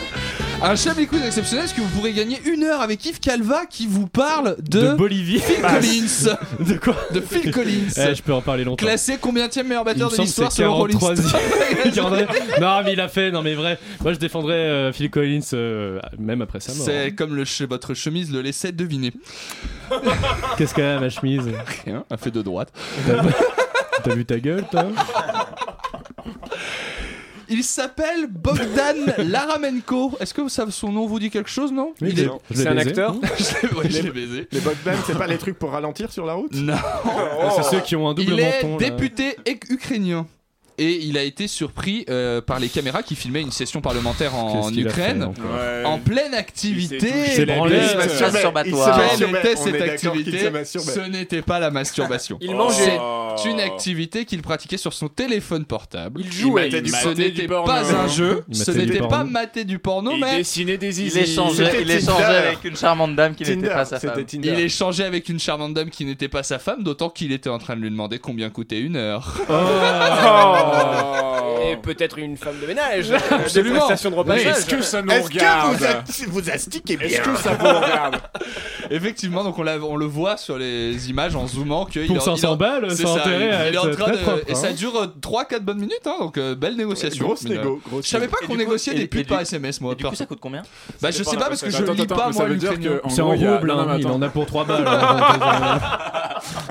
[SPEAKER 1] Euh, Un Chablis Quiz exceptionnel, parce que vous pourrez gagner une heure avec Yves Calva qui vous parle de...
[SPEAKER 11] De Bolivie.
[SPEAKER 1] Phil
[SPEAKER 11] Bah,
[SPEAKER 1] Collins
[SPEAKER 11] De quoi
[SPEAKER 1] De Phil Collins
[SPEAKER 11] Eh, je peux en parler longtemps.
[SPEAKER 1] Classé combien meilleur
[SPEAKER 11] Il me
[SPEAKER 1] batteur de
[SPEAKER 11] semble
[SPEAKER 1] l'histoire
[SPEAKER 11] que c'est
[SPEAKER 1] selon Rolling
[SPEAKER 11] 43e.
[SPEAKER 1] Stone
[SPEAKER 11] non mais il a fait, non mais vrai. Moi je défendrais euh, Phil Collins euh, même après sa mort. hein.
[SPEAKER 1] C'est comme le che- votre chemise le laissait deviner.
[SPEAKER 11] Qu'est-ce qu'elle a ma chemise Hein,
[SPEAKER 1] Rien, un fait de droite.
[SPEAKER 11] T'as vu ta gueule toi
[SPEAKER 1] Il s'appelle Bogdan Laramenko. Est-ce que ça- son nom vous dit quelque chose, non
[SPEAKER 11] Oui,
[SPEAKER 1] Il est-
[SPEAKER 11] bien. Je l'ai baisé.
[SPEAKER 1] Je l'ai- ouais, je l'ai baisé.
[SPEAKER 12] Les Bogdan, c'est pas les trucs pour ralentir sur la route Oh.
[SPEAKER 1] Non
[SPEAKER 11] Ah, C'est ceux qui ont un double
[SPEAKER 1] Il est
[SPEAKER 11] menton. là.
[SPEAKER 1] député ec- ukrainien. Et il a été surpris euh, par les caméras qui filmaient une session parlementaire en
[SPEAKER 11] Qu'est-ce qu'il a
[SPEAKER 1] Ukraine,
[SPEAKER 11] fait, encore
[SPEAKER 1] en pleine activité.
[SPEAKER 11] Il s'est branlé. Il se masturbait, il se
[SPEAKER 1] Masturbatoire. Quelle
[SPEAKER 12] masturbait.
[SPEAKER 1] était
[SPEAKER 12] On
[SPEAKER 1] cette
[SPEAKER 12] est d'accord
[SPEAKER 1] activité
[SPEAKER 12] qu'il se masturbait.
[SPEAKER 1] Ce n'était pas la masturbation.
[SPEAKER 12] Il mangeait.
[SPEAKER 1] C'est une activité qu'il pratiquait sur son téléphone portable.
[SPEAKER 12] Il jouait. Il
[SPEAKER 1] Ce
[SPEAKER 12] matait du
[SPEAKER 1] n'était
[SPEAKER 12] porno.
[SPEAKER 1] pas un jeu.
[SPEAKER 21] Il
[SPEAKER 1] Ce
[SPEAKER 21] matait du
[SPEAKER 1] n'était pas
[SPEAKER 21] porno.
[SPEAKER 1] mater du porno,
[SPEAKER 21] Il
[SPEAKER 1] mais
[SPEAKER 21] dessinait des Il zizis. échangeait- il C'était échangeait Tinder. avec une charmante dame qui n'était Tinder, pas sa c'était femme. Tinder.
[SPEAKER 1] Il échangeait avec une charmante dame qui n'était pas sa femme, d'autant qu'il était en train de lui demander combien coûtait une heure.
[SPEAKER 11] Oh.
[SPEAKER 4] Oh. Et peut-être une femme de ménage.
[SPEAKER 1] Absolument.
[SPEAKER 4] Des prestations de repassage.
[SPEAKER 1] Mais est-ce que ça nous Est-ce que regarde vous a-
[SPEAKER 4] vous astiquez
[SPEAKER 1] bien Est-ce que ça vous regarde Effectivement, donc on, l'a- on le voit sur les images en zoomant que il
[SPEAKER 11] Pour
[SPEAKER 1] est en-
[SPEAKER 11] 500
[SPEAKER 1] il est en-
[SPEAKER 11] balles,
[SPEAKER 1] c'est
[SPEAKER 11] ça a intérêt à
[SPEAKER 1] il est en
[SPEAKER 11] être
[SPEAKER 1] train
[SPEAKER 11] très
[SPEAKER 1] de-
[SPEAKER 11] propre,
[SPEAKER 1] et ça
[SPEAKER 11] hein.
[SPEAKER 1] dure 3-4 bonnes minutes, hein, donc euh, belle négociation.
[SPEAKER 12] Grosse
[SPEAKER 1] Mais, euh,
[SPEAKER 12] négo, grosse
[SPEAKER 1] Je savais
[SPEAKER 12] négo.
[SPEAKER 1] pas
[SPEAKER 12] Et
[SPEAKER 1] qu'on
[SPEAKER 12] du coup-
[SPEAKER 1] négociait
[SPEAKER 12] et-
[SPEAKER 1] des
[SPEAKER 12] et
[SPEAKER 1] pubs
[SPEAKER 12] du-
[SPEAKER 1] par SMS, moi.
[SPEAKER 21] Du coup, ça coûte combien
[SPEAKER 1] Bah je sais pas parce que je
[SPEAKER 12] Attends,
[SPEAKER 1] lis
[SPEAKER 12] attends,
[SPEAKER 1] pas
[SPEAKER 12] mais
[SPEAKER 1] moi
[SPEAKER 12] ça veut dire
[SPEAKER 2] Euh,
[SPEAKER 1] l'ukrainien.
[SPEAKER 12] que, en
[SPEAKER 11] C'est en
[SPEAKER 12] gros, il y a-
[SPEAKER 11] rouble,
[SPEAKER 12] non,
[SPEAKER 11] hein,
[SPEAKER 12] mais
[SPEAKER 11] il
[SPEAKER 12] attends.
[SPEAKER 11] en a pour 3 balles. hein.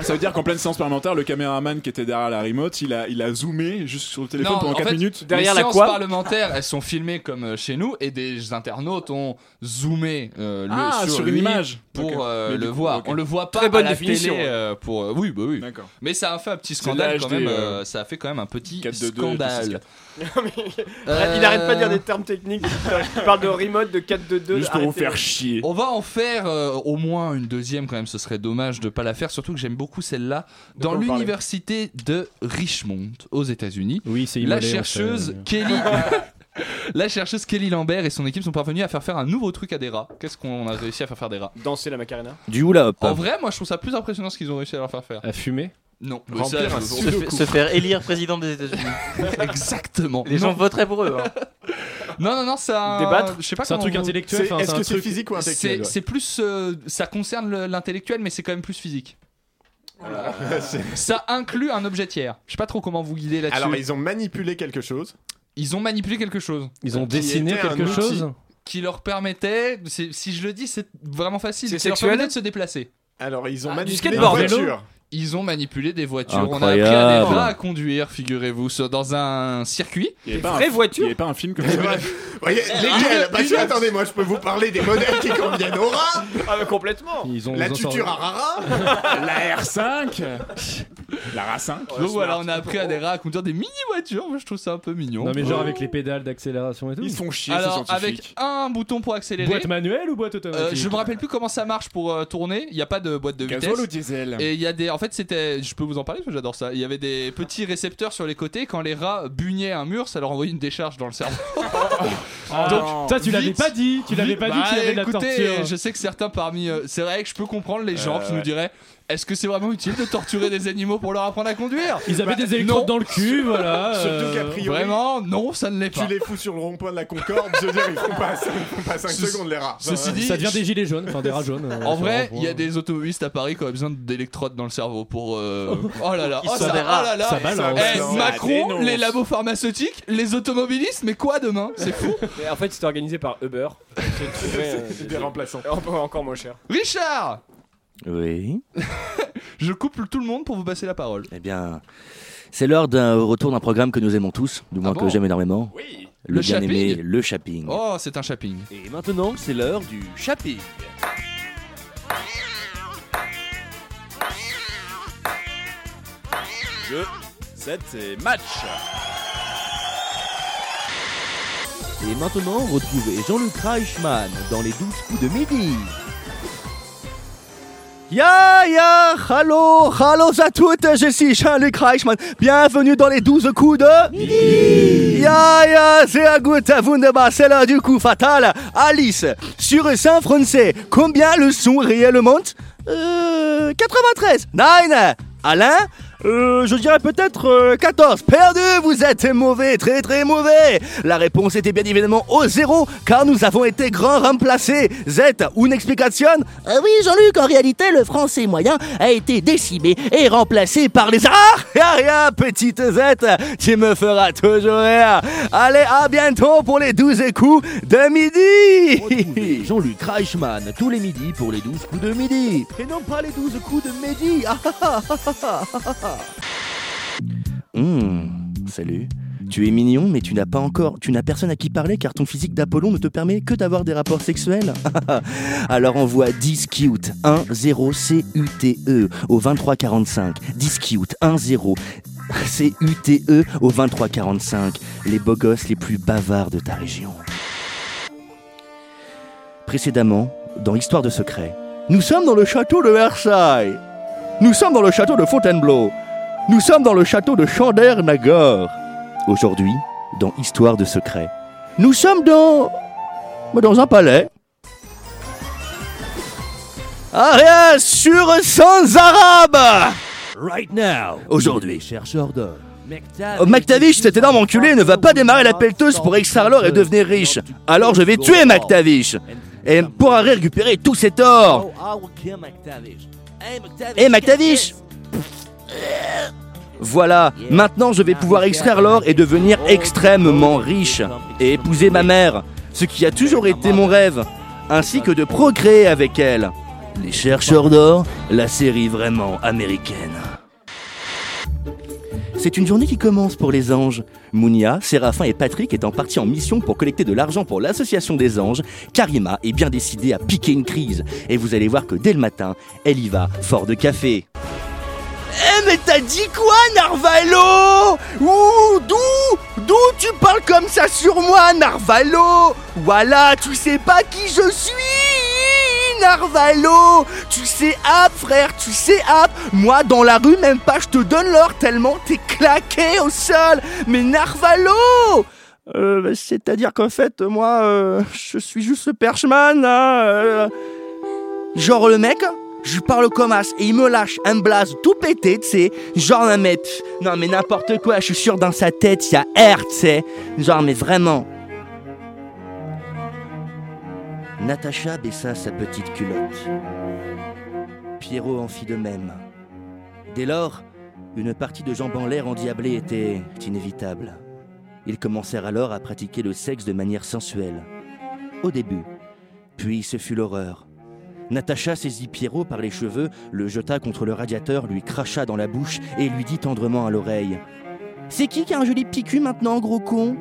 [SPEAKER 2] Ça veut dire qu'en pleine séance parlementaire, le caméraman qui était derrière la remote, il a, il a zoomé juste sur le téléphone pendant
[SPEAKER 1] en
[SPEAKER 2] 4
[SPEAKER 1] fait,
[SPEAKER 2] minutes.
[SPEAKER 1] les séances parlementaires, elles sont filmées comme euh, chez nous et des internautes ont zoomé euh, le,
[SPEAKER 2] Ah, sur une
[SPEAKER 1] lui
[SPEAKER 2] image.
[SPEAKER 1] pour
[SPEAKER 2] Ok.
[SPEAKER 1] euh,
[SPEAKER 2] Mais du
[SPEAKER 1] le
[SPEAKER 2] coup,
[SPEAKER 1] voir.
[SPEAKER 2] ok.
[SPEAKER 1] On le voit pas
[SPEAKER 2] Très bonne
[SPEAKER 1] à la
[SPEAKER 2] définition,
[SPEAKER 1] télé,
[SPEAKER 2] ouais.
[SPEAKER 1] euh, pour euh, oui, bah oui.
[SPEAKER 2] D'accord.
[SPEAKER 1] Mais ça a fait un petit
[SPEAKER 2] C'est
[SPEAKER 1] scandale
[SPEAKER 2] de la
[SPEAKER 1] quand
[SPEAKER 2] HD,
[SPEAKER 1] même.
[SPEAKER 2] euh,
[SPEAKER 1] euh, ça a fait quand même un petit
[SPEAKER 2] 4-2-2,
[SPEAKER 1] scandale.
[SPEAKER 4] Il arrête pas de dire des termes techniques. Il parle de remote, de 4-2-2. arrêtez.
[SPEAKER 2] chier.
[SPEAKER 1] On va en faire euh, au moins une deuxième quand même. Ce serait dommage de pas la faire. Surtout que j'aime beaucoup celle-là. Dans
[SPEAKER 11] quoi vous parlez
[SPEAKER 1] l'université de Richmond aux États-Unis.
[SPEAKER 11] Oui, c'est
[SPEAKER 1] la
[SPEAKER 11] immolé, on
[SPEAKER 1] chercheuse
[SPEAKER 11] sait.
[SPEAKER 1] Kelly. La chercheuse Kelly Lambert et son équipe sont parvenus à faire faire un nouveau truc à des rats. Qu'est-ce qu'on a réussi à faire faire des rats
[SPEAKER 4] Danser la macarena.
[SPEAKER 14] Du hula hop.
[SPEAKER 1] En vrai, moi je trouve ça plus impressionnant ce qu'ils ont réussi à leur faire faire.
[SPEAKER 11] À fumer
[SPEAKER 1] Non,
[SPEAKER 21] Remplir
[SPEAKER 1] Ça, je-
[SPEAKER 21] un Se sudoku. fa- se faire élire président des États-Unis.
[SPEAKER 1] Exactement.
[SPEAKER 21] Les gens
[SPEAKER 1] Non.
[SPEAKER 21] voteraient pour eux, hein.
[SPEAKER 1] Non, non, non, ça.
[SPEAKER 21] Débattre
[SPEAKER 1] Je sais pas
[SPEAKER 21] C'est un
[SPEAKER 1] comment
[SPEAKER 21] truc
[SPEAKER 1] vous-
[SPEAKER 21] intellectuel, C'est- enfin, est-ce c'est un que c'est truc- physique ou intellectuel,
[SPEAKER 1] C'est-
[SPEAKER 21] ouais.
[SPEAKER 1] C'est plus. euh, ça concerne le- l'intellectuel, mais c'est quand même plus physique. ça inclut un objet tiers. Je sais pas trop comment vous guider là-dessus.
[SPEAKER 12] Alors, ils ont manipulé quelque chose.
[SPEAKER 1] Ils ont manipulé quelque chose.
[SPEAKER 11] Ils ont
[SPEAKER 12] Qui
[SPEAKER 11] dessiné
[SPEAKER 12] était
[SPEAKER 11] quelque
[SPEAKER 12] un outil.
[SPEAKER 11] chose
[SPEAKER 1] Qui leur permettait. c'est- Si je le dis, c'est vraiment facile.
[SPEAKER 4] C'est
[SPEAKER 1] qui leur
[SPEAKER 4] sexuel
[SPEAKER 1] permettait de se déplacer.
[SPEAKER 12] Alors, ils ont
[SPEAKER 1] Ah, du
[SPEAKER 12] manipulé une
[SPEAKER 1] skateboard.
[SPEAKER 12] voiture.
[SPEAKER 1] Ils ont manipulé des voitures.
[SPEAKER 4] Ah.
[SPEAKER 1] On a appris à
[SPEAKER 14] Incroyable.
[SPEAKER 1] des rats à conduire, figurez-vous, sur- dans un circuit.
[SPEAKER 2] Il y avait pas un- Il n'y avait pas un film comme ça.
[SPEAKER 12] Eh ben, Voyez, lesquels Parce que,
[SPEAKER 1] une-
[SPEAKER 12] attendez, moi, je peux vous parler des modèles qui conviennent au rat.
[SPEAKER 4] Ah, mais complètement.
[SPEAKER 11] Ils ont
[SPEAKER 12] La
[SPEAKER 11] ils ont sorti-
[SPEAKER 12] tuture à rara.
[SPEAKER 2] La R5 La R5
[SPEAKER 1] Donc voilà, on a appris à des rats à conduire des mini-voitures. Moi, je trouve ça un peu mignon.
[SPEAKER 11] Non mais genre avec les pédales d'accélération et tout.
[SPEAKER 2] Ils sont chiés
[SPEAKER 1] Alors, avec un bouton pour accélérer.
[SPEAKER 11] Boîte manuelle ou boîte
[SPEAKER 1] Euh,
[SPEAKER 11] automatique
[SPEAKER 1] je me rappelle plus comment ça marche pour euh, tourner. Il n'y a pas de boîte de vitesse.
[SPEAKER 2] Gazole ou diesel
[SPEAKER 1] Et il y a des. En fait, c'était. Je peux vous en parler parce que j'adore ça. Il y avait des petits récepteurs sur les côtés. Quand les rats bugnaient un mur, ça leur envoyait une décharge dans le cerveau.
[SPEAKER 11] Ah, ça tu l'avais
[SPEAKER 1] vite,
[SPEAKER 11] pas dit, tu l'avais
[SPEAKER 1] vite-
[SPEAKER 11] pas dit
[SPEAKER 1] Bah,
[SPEAKER 11] qu'il y avait de la
[SPEAKER 1] écoutez,
[SPEAKER 11] torture.
[SPEAKER 1] Je sais que certains parmi. euh, c'est vrai que je peux comprendre les gens
[SPEAKER 11] Euh,
[SPEAKER 1] qui
[SPEAKER 11] ouais.
[SPEAKER 1] nous diraient. Est-ce que c'est vraiment utile de torturer des animaux pour leur apprendre à conduire
[SPEAKER 11] Ils avaient
[SPEAKER 1] Bah,
[SPEAKER 11] des électrodes
[SPEAKER 1] non.
[SPEAKER 11] dans le cul, voilà. euh,
[SPEAKER 12] Surtout qu'a priori.
[SPEAKER 1] Vraiment, Oh non, ça ne l'est pas.
[SPEAKER 12] Tu les fous sur le rond-point de la Concorde, je veux dire, ils font pas, ils font pas 5
[SPEAKER 1] Ceci-
[SPEAKER 12] secondes, les rats.
[SPEAKER 1] ceci dit,
[SPEAKER 11] ça devient des gilets jaunes, enfin des rats jaunes. euh,
[SPEAKER 1] En
[SPEAKER 11] sur
[SPEAKER 1] vrai,
[SPEAKER 11] un
[SPEAKER 1] il y a
[SPEAKER 11] point.
[SPEAKER 1] des automobilistes à Paris qui ont besoin d'électrodes dans le cerveau pour. euh, Oh là là,
[SPEAKER 21] Ils
[SPEAKER 1] oh,
[SPEAKER 21] sont
[SPEAKER 1] ça,
[SPEAKER 21] des
[SPEAKER 1] oh
[SPEAKER 21] rats.
[SPEAKER 1] là là.
[SPEAKER 11] Ça balance.
[SPEAKER 1] Eh,
[SPEAKER 11] Ça
[SPEAKER 1] Macron,
[SPEAKER 11] dénonce.
[SPEAKER 1] les labos pharmaceutiques, les automobilistes, mais quoi demain C'est fou.
[SPEAKER 4] Mais en fait, c'était organisé par Uber. C'est trouvé, euh,
[SPEAKER 12] C'est des remplaçants.
[SPEAKER 4] Encore encore moins cher.
[SPEAKER 1] Richard
[SPEAKER 14] Oui.
[SPEAKER 1] Je coupe tout le monde pour vous passer la parole.
[SPEAKER 14] Eh bien, c'est l'heure d'un retour d'un programme que nous aimons tous, du moins
[SPEAKER 1] Ah bon
[SPEAKER 14] que j'aime énormément. Le,
[SPEAKER 1] Le
[SPEAKER 14] bien aimé,
[SPEAKER 1] shopping.
[SPEAKER 14] le shopping.
[SPEAKER 1] Oh, c'est un shopping.
[SPEAKER 14] Et maintenant, c'est l'heure du shopping.
[SPEAKER 2] Jeu, 7 et match
[SPEAKER 14] Et maintenant, retrouvez Jean-Luc Reichmann dans les 12 coups de midi. Ya ya, hallo, hallo à toutes, je suis Jean-Luc Reichmann. Bienvenue dans les 12 coups de midi. Ya ya, sehr gut, wunderbar, c'est l'heure du coup fatal. Alice, sur 100 français, combien le sont réellement Euh, 93. Nein, Alain, Euh, je dirais peut-être euh, 14. Perdu, vous êtes mauvais, très très mauvais. La réponse était bien évidemment au zéro, car nous avons été grands remplacés. Z, une explication
[SPEAKER 3] Euh, oui, Jean-Luc, en réalité, le français moyen a été décimé et remplacé par les
[SPEAKER 14] Ah, rien, rien, petite Z, tu me feras toujours rire. Allez, à bientôt pour les 12 coups de midi.
[SPEAKER 8] Jean-Luc Reichmann, tous les midis pour les 12 coups de midi.
[SPEAKER 14] Et non pas les 12 coups de midi. Ah, ah, ah, ah, ah, ah.
[SPEAKER 23] Hum,
[SPEAKER 14] salut.
[SPEAKER 23] Tu es mignon, mais tu n'as pas encore, tu n'as personne à qui parler car ton physique d'Apollon ne te permet que d'avoir des rapports sexuels.
[SPEAKER 3] Alors envoie 10 cute 1 0 C U T E au 2345 10 cute 1 0
[SPEAKER 23] C'est UTE E au 2345, les beaux gosses les plus bavards de ta région.
[SPEAKER 3] Précédemment, dans Histoire de secret,
[SPEAKER 14] Nous sommes dans le château de Versailles. Nous sommes dans le château de Fontainebleau. Nous sommes dans le château de Chandernagore.
[SPEAKER 3] aujourd'hui, dans Histoire de secret,
[SPEAKER 14] Nous sommes dans. mais dans un palais. Arias Ah, sur sans arabe
[SPEAKER 8] Right now.
[SPEAKER 14] Aujourd'hui.
[SPEAKER 8] Cherche Ordon.
[SPEAKER 14] Oh, McTavish, cet énorme enculé ne va pas démarrer la pelleteuse pour extraire et devenir riche. Alors je vais tuer McTavish. Et pour récupérer tous ses torts.
[SPEAKER 8] I will kill McTavish. Hey, McTavish.
[SPEAKER 14] Et McTavish Voilà, maintenant je vais pouvoir extraire l'or et devenir extrêmement riche. Et épouser ma mère, ce qui a toujours été mon rêve. Ainsi que de procréer avec elle.
[SPEAKER 3] Les chercheurs d'or, la série vraiment américaine.
[SPEAKER 23] C'est une journée qui commence pour les anges. Mounia, Séraphin et Patrick étant partis en mission pour collecter de l'argent pour l'association des anges, Karima est bien décidée à piquer une crise. Et vous allez voir que dès le matin, elle y va fort de café.
[SPEAKER 14] Eh mais t'as dit quoi Narvalo Ouh d'où D'où tu parles comme ça sur moi Narvalo Voilà tu sais pas qui je suis Narvalo Tu sais hop frère tu sais hop Moi dans la rue même pas je te donne l'or tellement t'es claqué au sol Mais Narvalo euh, bah, C'est-à-dire qu'en fait moi euh, je suis juste le perchman hein, euh. Genre le mec, je parle comme as et il me lâche un blaze tout pété, tu sais. Genre un mec, non mais n'importe quoi, je suis sûr dans sa tête, il y a R, tu sais. Genre mais vraiment.
[SPEAKER 3] Natacha baissa sa petite culotte. Pierrot en fit de même. Dès lors, une partie de jambes en l'air endiablées était inévitable. Ils commencèrent alors à pratiquer le sexe de manière sensuelle. Au début.
[SPEAKER 23] Puis ce fut l'horreur.
[SPEAKER 3] Natacha saisit Pierrot par les cheveux, le jeta contre le radiateur, lui cracha dans la bouche et lui dit tendrement à l'oreille C'est qui qui a un joli petit cul maintenant, gros con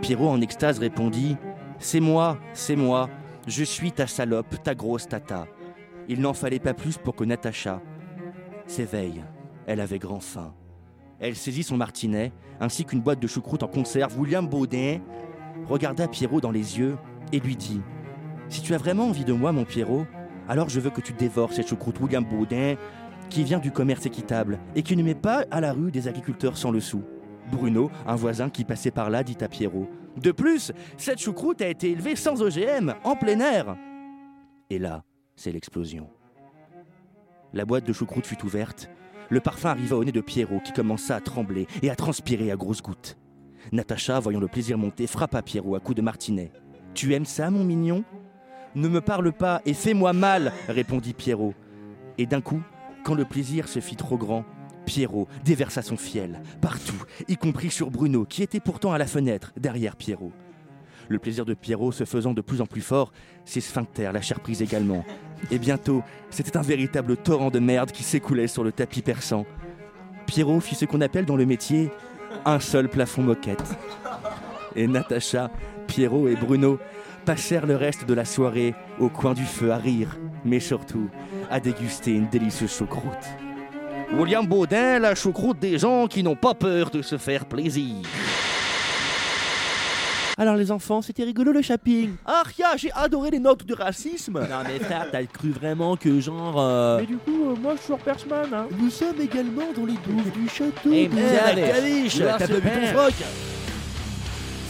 [SPEAKER 23] Pierrot en extase répondit C'est moi, c'est moi, je suis ta salope, ta grosse tata.
[SPEAKER 3] Il n'en fallait pas plus pour que Natacha s'éveille. Elle avait grand faim.
[SPEAKER 23] Elle saisit son martinet, ainsi qu'une boîte de choucroute en conserve. William Baudin
[SPEAKER 3] regarda Pierrot dans les yeux et lui dit Si tu as vraiment envie de moi, mon Pierrot, alors je veux que tu dévores cette choucroute William Baudin qui vient du commerce équitable et qui ne met pas à la rue des agriculteurs sans le sou.
[SPEAKER 23] Bruno, un voisin qui passait par là, dit à Pierrot.
[SPEAKER 3] De plus, cette choucroute a été élevée sans OGM, en plein air.
[SPEAKER 23] Et là, c'est l'explosion.
[SPEAKER 3] La boîte de choucroute fut ouverte. Le parfum arriva au nez de Pierrot qui commença à trembler et à transpirer à grosses gouttes. Natacha, voyant le plaisir monter, frappa Pierrot à coups de martinet. Tu aimes ça, mon mignon Ne me parle pas et fais-moi mal, répondit Pierrot. Et d'un coup, quand le plaisir se fit trop grand, Pierrot déversa son fiel partout, y compris sur Bruno qui était pourtant à la fenêtre derrière Pierrot. Le plaisir de Pierrot se faisant de plus en plus fort, ses sphincters lâchèrent prise également. Et bientôt, c'était un véritable torrent de merde qui s'écoulait sur le tapis persan. Pierrot fit ce qu'on appelle dans le métier un seul plafond moquette. Et Natacha, Pierrot et Bruno passèrent le reste de la soirée au coin du feu à rire, mais surtout à déguster une délicieuse choucroute. William Baudin, la choucroute des gens qui n'ont pas peur de se faire plaisir.
[SPEAKER 8] Alors les enfants, c'était rigolo le shopping.
[SPEAKER 14] Ah rien, j'ai adoré les notes de racisme Euh.
[SPEAKER 8] Non mais frère, t'as cru vraiment que genre... euh,
[SPEAKER 14] du coup, moi je suis en perchman hein. Nous sommes également dans les douves du château
[SPEAKER 8] Eh,
[SPEAKER 14] de-
[SPEAKER 8] Moudialich,
[SPEAKER 14] Eh, Moudialich,
[SPEAKER 8] Moudialich,
[SPEAKER 14] t'as pas vu ton
[SPEAKER 8] super.
[SPEAKER 14] froc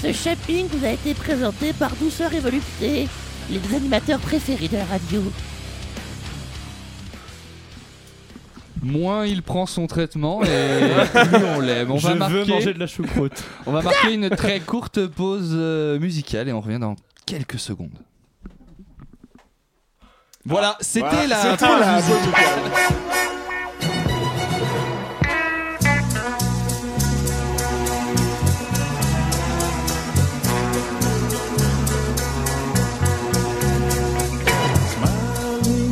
[SPEAKER 3] Ce shopping vous a été présenté par Douceur et Volupté, les animateurs préférés de la radio.
[SPEAKER 1] moins il prend son traitement et plus on l'aime. On
[SPEAKER 16] Je
[SPEAKER 1] va
[SPEAKER 16] veux
[SPEAKER 1] marquer...
[SPEAKER 16] manger de la choucroute.
[SPEAKER 1] On va marquer une très courte pause euh, musicale et on revient dans quelques secondes. Voilà, c'était
[SPEAKER 20] Voilà,
[SPEAKER 1] la
[SPEAKER 20] c'était
[SPEAKER 1] pause
[SPEAKER 20] la
[SPEAKER 1] musicale.
[SPEAKER 20] pause
[SPEAKER 10] Smiling faces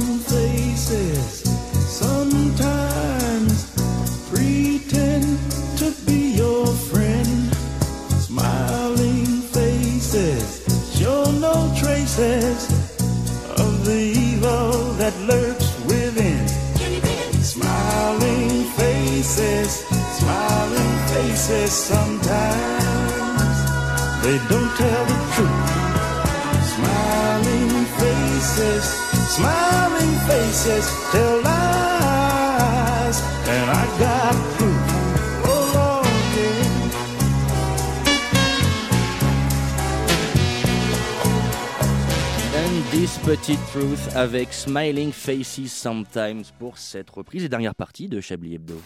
[SPEAKER 10] sometimes pretend to be your friend. Smiling faces show no traces of the evil that lurks within. Smiling faces, smiling faces sometimes they don't tell the truth. Smiling faces, smiling faces tell lies, and I got proof. Oh Lord, yeah.
[SPEAKER 3] And this petite truth avec Smiling Faces Sometimes pour cette reprise et dernière partie de Chablis Hebdo.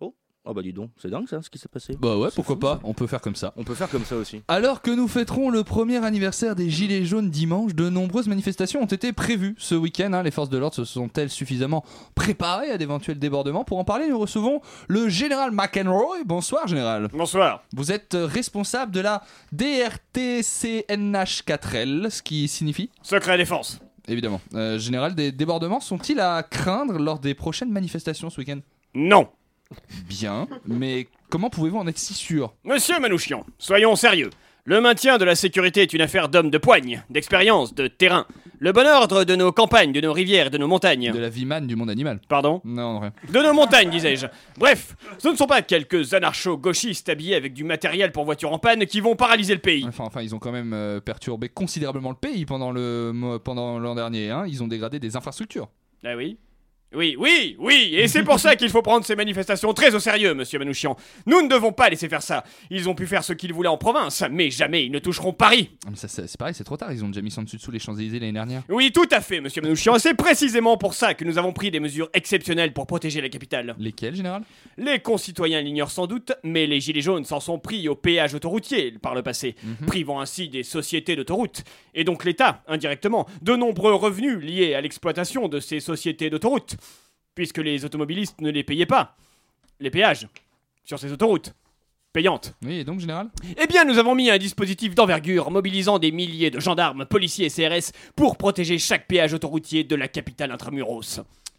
[SPEAKER 3] Oh, oh bah dis donc, c'est dingue ça ce qui s'est passé.
[SPEAKER 1] Bah ouais, pourquoi pas, on peut faire comme ça.
[SPEAKER 3] On peut faire comme ça aussi.
[SPEAKER 1] Alors que nous fêterons le premier anniversaire des Gilets jaunes dimanche, de nombreuses manifestations ont été prévues ce week-end. hein. Les forces de l'ordre se sont-elles suffisamment préparées à d'éventuels débordements Pour en parler, nous recevons le général McEnroy. Bonsoir, général.
[SPEAKER 4] Bonsoir.
[SPEAKER 1] Vous êtes euh, responsable de la DRTCNH4L, ce qui signifie
[SPEAKER 4] Secret défense.
[SPEAKER 1] Évidemment. Euh, général, des débordements sont-ils à craindre lors des prochaines manifestations ce week-end
[SPEAKER 4] Non.
[SPEAKER 1] Bien, mais comment pouvez-vous en être si sûr
[SPEAKER 4] Monsieur Manouchian, soyons sérieux. Le maintien de la sécurité est une affaire d'hommes de poigne, d'expérience, de terrain. Le bon ordre de nos campagnes, de nos rivières, de nos montagnes. De
[SPEAKER 1] la vie manne du monde animal.
[SPEAKER 4] Pardon
[SPEAKER 1] Non, rien.
[SPEAKER 4] De nos montagnes, disais-je. Bref, ce ne sont pas quelques anarcho-gauchistes habillés avec du matériel pour voitures en panne qui vont paralyser le pays.
[SPEAKER 1] Enfin, enfin, ils ont quand même euh, perturbé considérablement le pays pendant le mo- pendant l'an dernier. hein. Ils ont dégradé des infrastructures.
[SPEAKER 4] Ah oui Oui, oui, oui Et c'est pour ça qu'il faut prendre ces manifestations très au sérieux, monsieur Manouchian. Nous ne devons pas laisser faire ça. Ils ont pu faire ce qu'ils voulaient en province, mais jamais ils ne toucheront Paris.
[SPEAKER 1] Ah, mais ça, c'est c'est pareil, c'est trop tard. Ils ont déjà mis ça en dessous dessous les Champs-Élysées l'année dernière.
[SPEAKER 4] Oui, tout à fait, monsieur Manouchian. C'est précisément pour ça que nous avons pris des mesures exceptionnelles pour protéger la capitale.
[SPEAKER 1] Lesquelles, général
[SPEAKER 4] Les concitoyens l'ignorent sans doute, mais les Gilets jaunes s'en sont pris au péage autoroutier par le passé,
[SPEAKER 1] Mhm.
[SPEAKER 4] privant ainsi des sociétés d'autoroutes, et donc l'État, indirectement, de nombreux revenus liés à l'exploitation de ces sociétés d'autoroutes, puisque les automobilistes ne les payaient pas. Les péages sur ces autoroutes payantes.
[SPEAKER 1] Oui, et donc, général
[SPEAKER 4] Eh bien, nous avons mis un dispositif d'envergure mobilisant des milliers de gendarmes, policiers et CRS pour protéger chaque péage autoroutier de la capitale intramuros.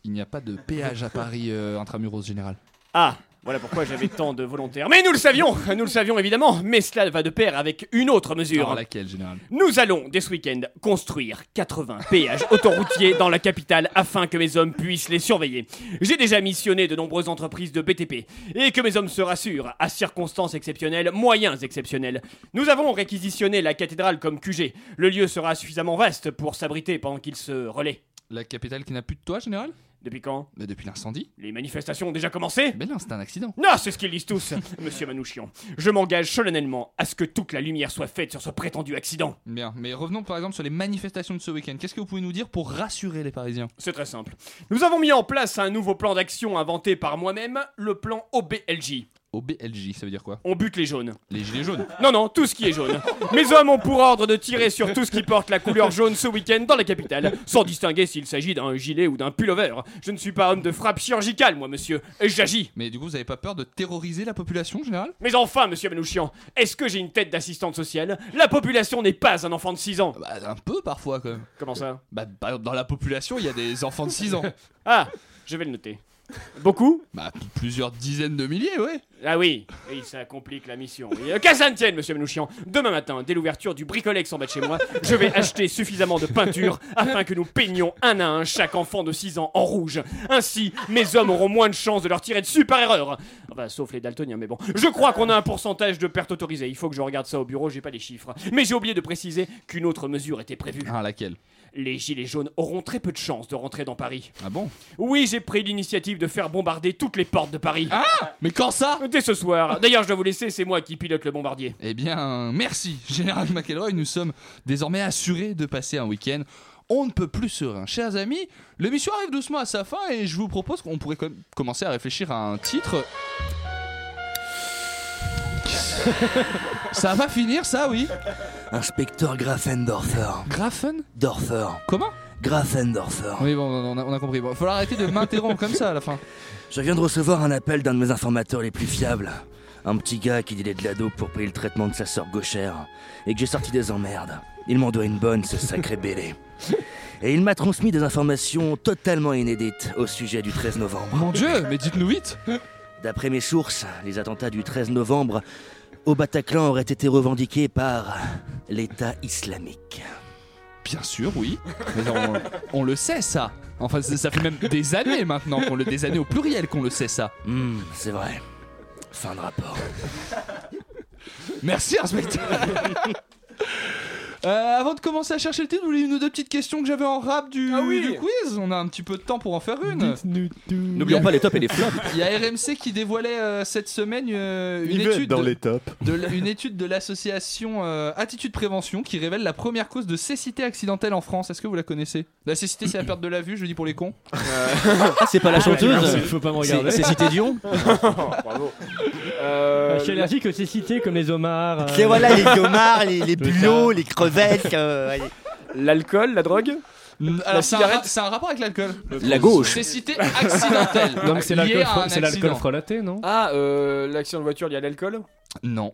[SPEAKER 1] Il n'y a pas de péage à Paris euh, intramuros, général.
[SPEAKER 4] Ah, voilà pourquoi j'avais tant de volontaires. Mais nous le savions, nous le savions évidemment, mais cela va de pair avec une autre mesure.
[SPEAKER 1] Alors, laquelle, général
[SPEAKER 4] Nous allons, dès ce week-end, construire 80 péages autoroutiers dans la capitale afin que mes hommes puissent les surveiller. J'ai déjà missionné de nombreuses entreprises de BTP et que mes hommes se rassurent, à circonstances exceptionnelles, moyens exceptionnels. Nous avons réquisitionné la cathédrale comme QG. Le lieu sera suffisamment vaste pour s'abriter pendant qu'il se relaie.
[SPEAKER 1] La capitale qui n'a plus de toit, général
[SPEAKER 4] Depuis quand
[SPEAKER 1] Bah, depuis l'incendie.
[SPEAKER 4] Les manifestations ont déjà commencé
[SPEAKER 1] Mais non, c'était un accident.
[SPEAKER 4] Non, c'est ce qu'ils disent tous, monsieur Manouchian. Je m'engage solennellement à ce que toute la lumière soit faite sur ce prétendu accident.
[SPEAKER 1] Bien, mais revenons par exemple sur les manifestations de ce week-end. Qu'est-ce que vous pouvez nous dire pour rassurer les Parisiens
[SPEAKER 4] C'est très simple. Nous avons mis en place un nouveau plan d'action inventé par moi-même, le plan OBLJ.
[SPEAKER 1] OBLJ, ça veut dire quoi
[SPEAKER 4] On bute les jaunes.
[SPEAKER 1] Les gilets jaunes.
[SPEAKER 4] Non, non, tout ce qui est jaune. Mes hommes ont pour ordre de tirer sur tout ce qui porte la couleur jaune ce week-end dans la capitale, sans distinguer s'il s'agit d'un gilet ou d'un pullover. Je ne suis pas homme de frappe chirurgicale, moi, monsieur. Et J'agis.
[SPEAKER 1] Mais du coup, vous avez pas peur de terroriser la population, général
[SPEAKER 4] Mais enfin, monsieur Manouchian, est-ce que j'ai une tête d'assistante sociale La population n'est pas un enfant de 6 ans.
[SPEAKER 1] Bah, un peu parfois, quand même.
[SPEAKER 4] Comment ça
[SPEAKER 1] Bah, par exemple, dans la population, il y a des enfants de 6 ans.
[SPEAKER 4] Ah, je vais le noter. Beaucoup
[SPEAKER 1] Bah, plusieurs dizaines de milliers, ouais.
[SPEAKER 4] Ah oui, oui, ça complique la mission. oui. Euh, Qu'à ça ne tienne, monsieur Manouchian. Demain matin, dès l'ouverture du bricolex en bas de chez moi, je vais acheter suffisamment de peinture afin que nous peignions un à un chaque enfant de 6 ans en rouge. Ainsi, mes hommes auront moins de chances de leur tirer dessus par erreur. Enfin, sauf les daltoniens, mais bon. Je crois qu'on a un pourcentage de pertes autorisées. Il faut que je regarde ça au bureau, j'ai pas les chiffres. Mais j'ai oublié de préciser qu'une autre mesure était prévue.
[SPEAKER 1] Ah, laquelle
[SPEAKER 4] Les gilets jaunes auront très peu de chances de rentrer dans Paris.
[SPEAKER 1] Ah bon
[SPEAKER 4] Oui, j'ai pris l'initiative de faire bombarder toutes les portes de Paris.
[SPEAKER 1] Ah Mais quand ça
[SPEAKER 4] Dès ce soir. D'ailleurs, je dois vous laisser, c'est moi qui pilote le bombardier.
[SPEAKER 1] Eh bien, merci, Général McElroy. Nous sommes désormais assurés de passer un week-end on ne peut plus serein. Chers amis, l'émission arrive doucement à sa fin et je vous propose qu'on pourrait quand même commencer à réfléchir à un titre. ça va finir, ça, oui
[SPEAKER 8] Inspecteur Grafendorfer.
[SPEAKER 1] Grafen
[SPEAKER 8] Dorfer.
[SPEAKER 1] Comment
[SPEAKER 8] Grafendorfer.
[SPEAKER 1] Oui, bon, on a, on a compris. Bon, faut arrêter de m'interrompre comme ça à la fin.
[SPEAKER 8] Je viens de recevoir un appel d'un de mes informateurs les plus fiables. Un petit gars qui délai de la dope pour payer le traitement de sa sœur gauchère. Et que j'ai sorti des emmerdes. Il m'en doit une bonne, ce sacré bélé. Et il m'a transmis des informations totalement inédites au sujet du 13 novembre.
[SPEAKER 1] Mon Dieu, mais dites-nous vite
[SPEAKER 8] D'après mes sources, les attentats du 13 novembre au Bataclan auraient été revendiqués par l'État islamique.
[SPEAKER 1] Bien sûr, oui. Mais on, on le sait, ça. Enfin, ça, ça fait même des années maintenant, qu'on le, des années au pluriel qu'on le sait, ça.
[SPEAKER 8] Hmm, c'est vrai. Fin de rapport.
[SPEAKER 1] Merci, inspecteur Euh, avant de commencer à chercher le titre, vous voulez une ou deux petites questions que j'avais en rap du, du quiz On a un petit peu de temps pour en faire une.
[SPEAKER 8] N'oublions pas les tops et les flops.
[SPEAKER 1] Il y a RMC qui dévoilait euh, cette semaine euh, une,
[SPEAKER 12] Il veut être
[SPEAKER 1] étude
[SPEAKER 12] dans
[SPEAKER 1] de,
[SPEAKER 12] les tops.
[SPEAKER 1] de l- une étude de l'association euh, Attitude Prévention qui révèle la première cause de cécité accidentelle en France. Est-ce que vous la connaissez La cécité, c'est la perte de la vue, je le dis pour les cons. Euh,
[SPEAKER 8] Ah, c'est pas la chanteuse
[SPEAKER 11] Faut pas me regarder.
[SPEAKER 8] C'est Cité Dion
[SPEAKER 1] Ah,
[SPEAKER 11] Bravo.
[SPEAKER 1] Euh,
[SPEAKER 11] Ah,
[SPEAKER 12] Euh,
[SPEAKER 11] je suis allergique aux cécités comme les homards.
[SPEAKER 1] Ah,
[SPEAKER 11] euh.
[SPEAKER 8] C'est voilà, les homards, les- les
[SPEAKER 11] bulots,
[SPEAKER 8] les crevettes. euh,
[SPEAKER 4] L'alcool, la drogue
[SPEAKER 1] Alors, c'est un,
[SPEAKER 4] cigarette
[SPEAKER 1] rap- c'est un rapport avec l'alcool.
[SPEAKER 11] La gauche.
[SPEAKER 1] Cécité accidentelle.
[SPEAKER 11] Non, mais c'est
[SPEAKER 1] liée
[SPEAKER 11] l'alcool
[SPEAKER 1] à
[SPEAKER 11] fre-
[SPEAKER 1] un
[SPEAKER 11] c'est l'alcool
[SPEAKER 1] accident.
[SPEAKER 11] frelaté, non
[SPEAKER 4] Ah, euh, l'accident de voiture lié à l'alcool Euh,
[SPEAKER 1] Non.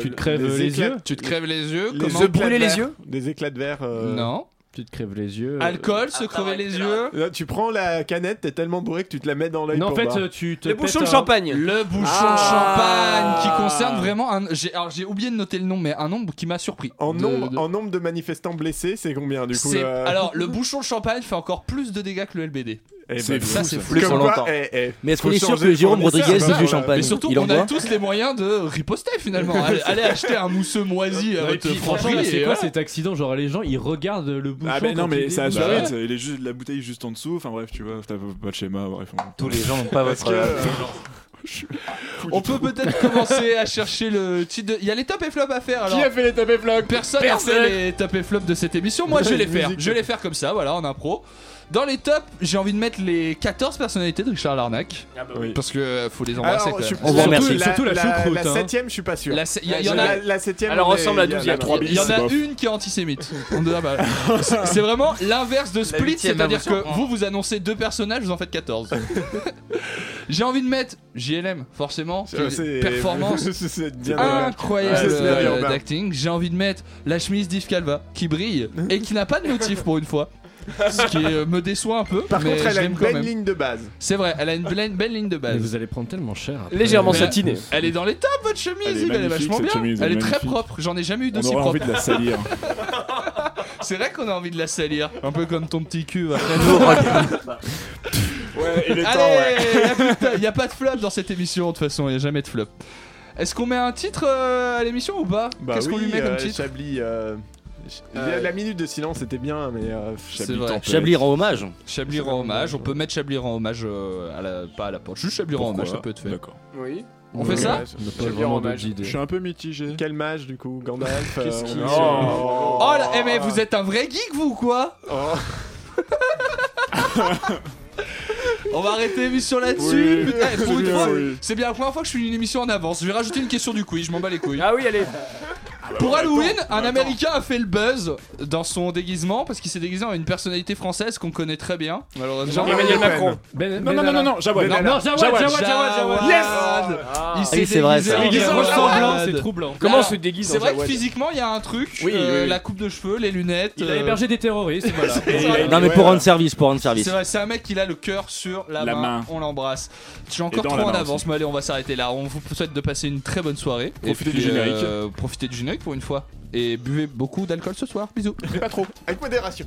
[SPEAKER 4] Tu te
[SPEAKER 11] crèves les les yeux
[SPEAKER 1] Euh, Tu te crèves les yeux.
[SPEAKER 12] Les
[SPEAKER 1] comment
[SPEAKER 12] œufs brûlés les yeux Des éclats de verre. euh,
[SPEAKER 1] Non.
[SPEAKER 11] Tu te crèves les yeux. euh,
[SPEAKER 1] Alcool, se crever les yeux.
[SPEAKER 12] Là, tu prends la canette, t'es tellement bourré que tu te la mets dans l'œil.
[SPEAKER 11] Non, en
[SPEAKER 12] pour
[SPEAKER 11] fait,
[SPEAKER 12] boire.
[SPEAKER 11] euh, tu te
[SPEAKER 1] Le bouchon de champagne qui concerne vraiment un. J'ai alors, j'ai oublié de noter le nom, mais un nombre qui m'a surpris.
[SPEAKER 12] En
[SPEAKER 1] De-
[SPEAKER 12] nombre,
[SPEAKER 1] de-
[SPEAKER 12] en nombre de manifestants blessés, c'est combien du coup
[SPEAKER 1] C'est-
[SPEAKER 12] euh
[SPEAKER 1] Alors, le bouchon de champagne fait encore plus de dégâts que le LBD.
[SPEAKER 12] Eh
[SPEAKER 1] ça,
[SPEAKER 12] ben, fou,
[SPEAKER 1] c'est
[SPEAKER 12] ça.
[SPEAKER 1] fou.
[SPEAKER 12] Comme Plus on quoi, l'entend. eh, eh,
[SPEAKER 8] Mais est-ce
[SPEAKER 12] faut
[SPEAKER 8] qu'on est sûr
[SPEAKER 12] changer
[SPEAKER 8] que
[SPEAKER 12] de
[SPEAKER 8] Jérôme
[SPEAKER 12] fournisseur,
[SPEAKER 8] Rodriguez
[SPEAKER 12] ça,
[SPEAKER 8] joue du
[SPEAKER 12] voilà.
[SPEAKER 8] champagne
[SPEAKER 1] Mais surtout,
[SPEAKER 8] Il en
[SPEAKER 1] on a
[SPEAKER 8] boit
[SPEAKER 1] tous les moyens de riposter finalement. allez, allez acheter un mousseux moisi à
[SPEAKER 11] Et
[SPEAKER 1] votre
[SPEAKER 11] puis, franchement,
[SPEAKER 1] franchi
[SPEAKER 11] là,
[SPEAKER 1] et
[SPEAKER 11] c'est quoi
[SPEAKER 1] voilà.
[SPEAKER 11] cet accident Genre, les gens, ils regardent le bouchon.
[SPEAKER 2] Ah ben non
[SPEAKER 11] quand
[SPEAKER 2] mais
[SPEAKER 11] il
[SPEAKER 2] ça a
[SPEAKER 11] est-
[SPEAKER 2] suivi,
[SPEAKER 11] Bah,
[SPEAKER 2] c'est- les jeux- la bouteille est juste en dessous, enfin bref tu vois, t'as pas de schéma, bref.
[SPEAKER 21] Tous les gens n'ont pas
[SPEAKER 2] Parce
[SPEAKER 21] votre-
[SPEAKER 2] que,
[SPEAKER 21] euh,
[SPEAKER 1] On peut peut-être commencer à chercher le titre. de- Il y a les top et flop à faire. Alors.
[SPEAKER 12] Qui a fait les top et flops
[SPEAKER 1] Personne n'a
[SPEAKER 12] Personne.
[SPEAKER 1] fait les top et flops de cette émission. Moi, je vais les faire. Je vais les faire comme ça, voilà, en impro. Dans les tops, j'ai envie de mettre les 14 personnalités de Richard Larnac.
[SPEAKER 12] Ah bah
[SPEAKER 1] Parce que euh, faut les embrasser
[SPEAKER 12] Alors,
[SPEAKER 1] quand
[SPEAKER 12] je
[SPEAKER 1] même.
[SPEAKER 12] suis- surtout la- hein. la- La septième, je suis pas sûr.
[SPEAKER 1] La se- il y a- il y en a-
[SPEAKER 12] La la septième.
[SPEAKER 1] Alors,
[SPEAKER 12] on est-
[SPEAKER 1] ressemble à
[SPEAKER 12] il y a-
[SPEAKER 1] 12e. Il y en a une qui est antisémite. On doit- bah, c'est- C'est vraiment l'inverse de Split,
[SPEAKER 21] huitième à vous
[SPEAKER 1] c'est-à-dire que
[SPEAKER 21] surprendre.
[SPEAKER 1] vous vous annoncez deux personnages, vous en faites 14. J'ai envie de mettre JLM, forcément.
[SPEAKER 12] C'est-
[SPEAKER 1] qui est
[SPEAKER 12] c'est-
[SPEAKER 1] Performance
[SPEAKER 12] c'est- c'est bien dommage.
[SPEAKER 1] incroyable
[SPEAKER 12] C'est bien
[SPEAKER 1] euh,
[SPEAKER 12] urbain.
[SPEAKER 1] d'acting. J'ai envie de mettre la chemise d'Yves Calva qui brille et qui n'a pas de motif pour une fois. Ce qui euh, me déçoit un peu.
[SPEAKER 12] Par
[SPEAKER 1] mais
[SPEAKER 12] contre, elle
[SPEAKER 1] je
[SPEAKER 12] a
[SPEAKER 1] l'aime
[SPEAKER 12] une
[SPEAKER 1] quand
[SPEAKER 12] belle
[SPEAKER 1] même.
[SPEAKER 12] ligne de base.
[SPEAKER 1] C'est vrai, elle a une belle, belle ligne de base.
[SPEAKER 11] Mais vous allez prendre tellement cher. après.
[SPEAKER 1] Mais Elle est dans les tops, votre chemise.
[SPEAKER 11] Elle est
[SPEAKER 1] Yves, Elle est,
[SPEAKER 11] magnifique,
[SPEAKER 1] vachement
[SPEAKER 11] cette
[SPEAKER 1] bien.
[SPEAKER 11] chemise,
[SPEAKER 1] elle
[SPEAKER 11] elle
[SPEAKER 1] est
[SPEAKER 11] est
[SPEAKER 1] très
[SPEAKER 11] magnifique.
[SPEAKER 1] propre. J'en ai jamais eu d'aussi
[SPEAKER 2] aurait
[SPEAKER 1] propre.
[SPEAKER 2] envie de la salir.
[SPEAKER 1] C'est vrai qu'on a envie de la salir. Un peu comme ton petit cul. après.
[SPEAKER 2] Ouais, il est temps,
[SPEAKER 1] Allez,
[SPEAKER 2] ouais.
[SPEAKER 1] la putain, y a pas de flop dans cette émission. De toute façon, y a jamais de flop. Est-ce qu'on met un titre euh, à l'émission ou pas
[SPEAKER 12] Bah
[SPEAKER 1] Qu'est-ce qu'on
[SPEAKER 12] oui,
[SPEAKER 1] lui met comme
[SPEAKER 12] euh,
[SPEAKER 1] titre
[SPEAKER 12] Chablis. euh, ch-
[SPEAKER 1] Euh,
[SPEAKER 12] La minute de silence était bien, mais euh, Chablis.
[SPEAKER 1] vrai.
[SPEAKER 12] tempête.
[SPEAKER 1] Chablis rend
[SPEAKER 8] hommage.
[SPEAKER 1] Chablis rend hommage, on peut mettre Chablis rend hommage euh, à la, pas à la porte, juste Chablis rend
[SPEAKER 2] Pourquoi
[SPEAKER 1] hommage, ça peut être fait.
[SPEAKER 2] D'accord.
[SPEAKER 4] Oui.
[SPEAKER 1] On fait ça
[SPEAKER 2] Je suis un peu mitigé.
[SPEAKER 12] Quel mage du coup Gandalf euh,
[SPEAKER 2] Qu'est-ce qu'il-
[SPEAKER 12] on-
[SPEAKER 2] Oh.
[SPEAKER 1] Oh là, eh, mais vous êtes un vrai geek vous ou quoi
[SPEAKER 12] Oh.
[SPEAKER 1] On va arrêter l'émission là-dessus.
[SPEAKER 12] Oui,
[SPEAKER 1] putain,
[SPEAKER 12] c'est
[SPEAKER 1] pour une
[SPEAKER 12] bien,
[SPEAKER 1] fois,
[SPEAKER 12] oui.
[SPEAKER 1] c'est bien la première fois que je suis une émission en avance. Je vais rajouter une question du quiz, je m'en bats les couilles.
[SPEAKER 4] Ah oui, allez.
[SPEAKER 1] Pour Halloween, un américain a fait le buzz dans son déguisement parce qu'il s'est déguisé en une personnalité française qu'on connaît très bien. Malheureusement,
[SPEAKER 2] Emmanuel Macron.
[SPEAKER 1] Ben-
[SPEAKER 2] Non, non, non, non, non, Jawad.
[SPEAKER 1] Ben-
[SPEAKER 2] Non, Jawad, Jawad,
[SPEAKER 1] Jawad,
[SPEAKER 2] Jawad.
[SPEAKER 1] Jawad.
[SPEAKER 2] Ah.
[SPEAKER 1] Il
[SPEAKER 2] Ah oui,
[SPEAKER 1] s'est
[SPEAKER 2] c'est vrai,
[SPEAKER 1] déguisé
[SPEAKER 2] ça.
[SPEAKER 1] en
[SPEAKER 2] Il est
[SPEAKER 1] Jawad.
[SPEAKER 2] troublant, c'est troublant.
[SPEAKER 11] Comment
[SPEAKER 1] Alors,
[SPEAKER 11] se déguise
[SPEAKER 1] C'est
[SPEAKER 11] en
[SPEAKER 1] vrai que
[SPEAKER 11] Jawad
[SPEAKER 1] physiquement, il y a un truc.
[SPEAKER 11] Oui, oui,
[SPEAKER 1] euh,
[SPEAKER 11] oui.
[SPEAKER 1] La coupe de cheveux, les lunettes.
[SPEAKER 11] Il a
[SPEAKER 1] euh,
[SPEAKER 11] hébergé des terroristes, voilà.
[SPEAKER 1] C'est vrai.
[SPEAKER 8] Non, mais pour rendre service, pour rendre service.
[SPEAKER 1] C'est vrai, c'est un mec qui a le cœur sur la,
[SPEAKER 8] La
[SPEAKER 1] main.
[SPEAKER 8] main.
[SPEAKER 1] On l'embrasse. Je suis
[SPEAKER 8] Et
[SPEAKER 1] encore
[SPEAKER 8] dans
[SPEAKER 1] trop
[SPEAKER 8] la main
[SPEAKER 1] en avance,
[SPEAKER 8] aussi.
[SPEAKER 1] mais allez, on va s'arrêter là. On vous souhaite de passer une très bonne soirée.
[SPEAKER 2] Profitez
[SPEAKER 1] Et puis,
[SPEAKER 2] du générique.
[SPEAKER 1] euh, profitez du générique pour une fois. Et buvez beaucoup d'alcool ce soir. Bisous.
[SPEAKER 12] Pas trop. Avec modération.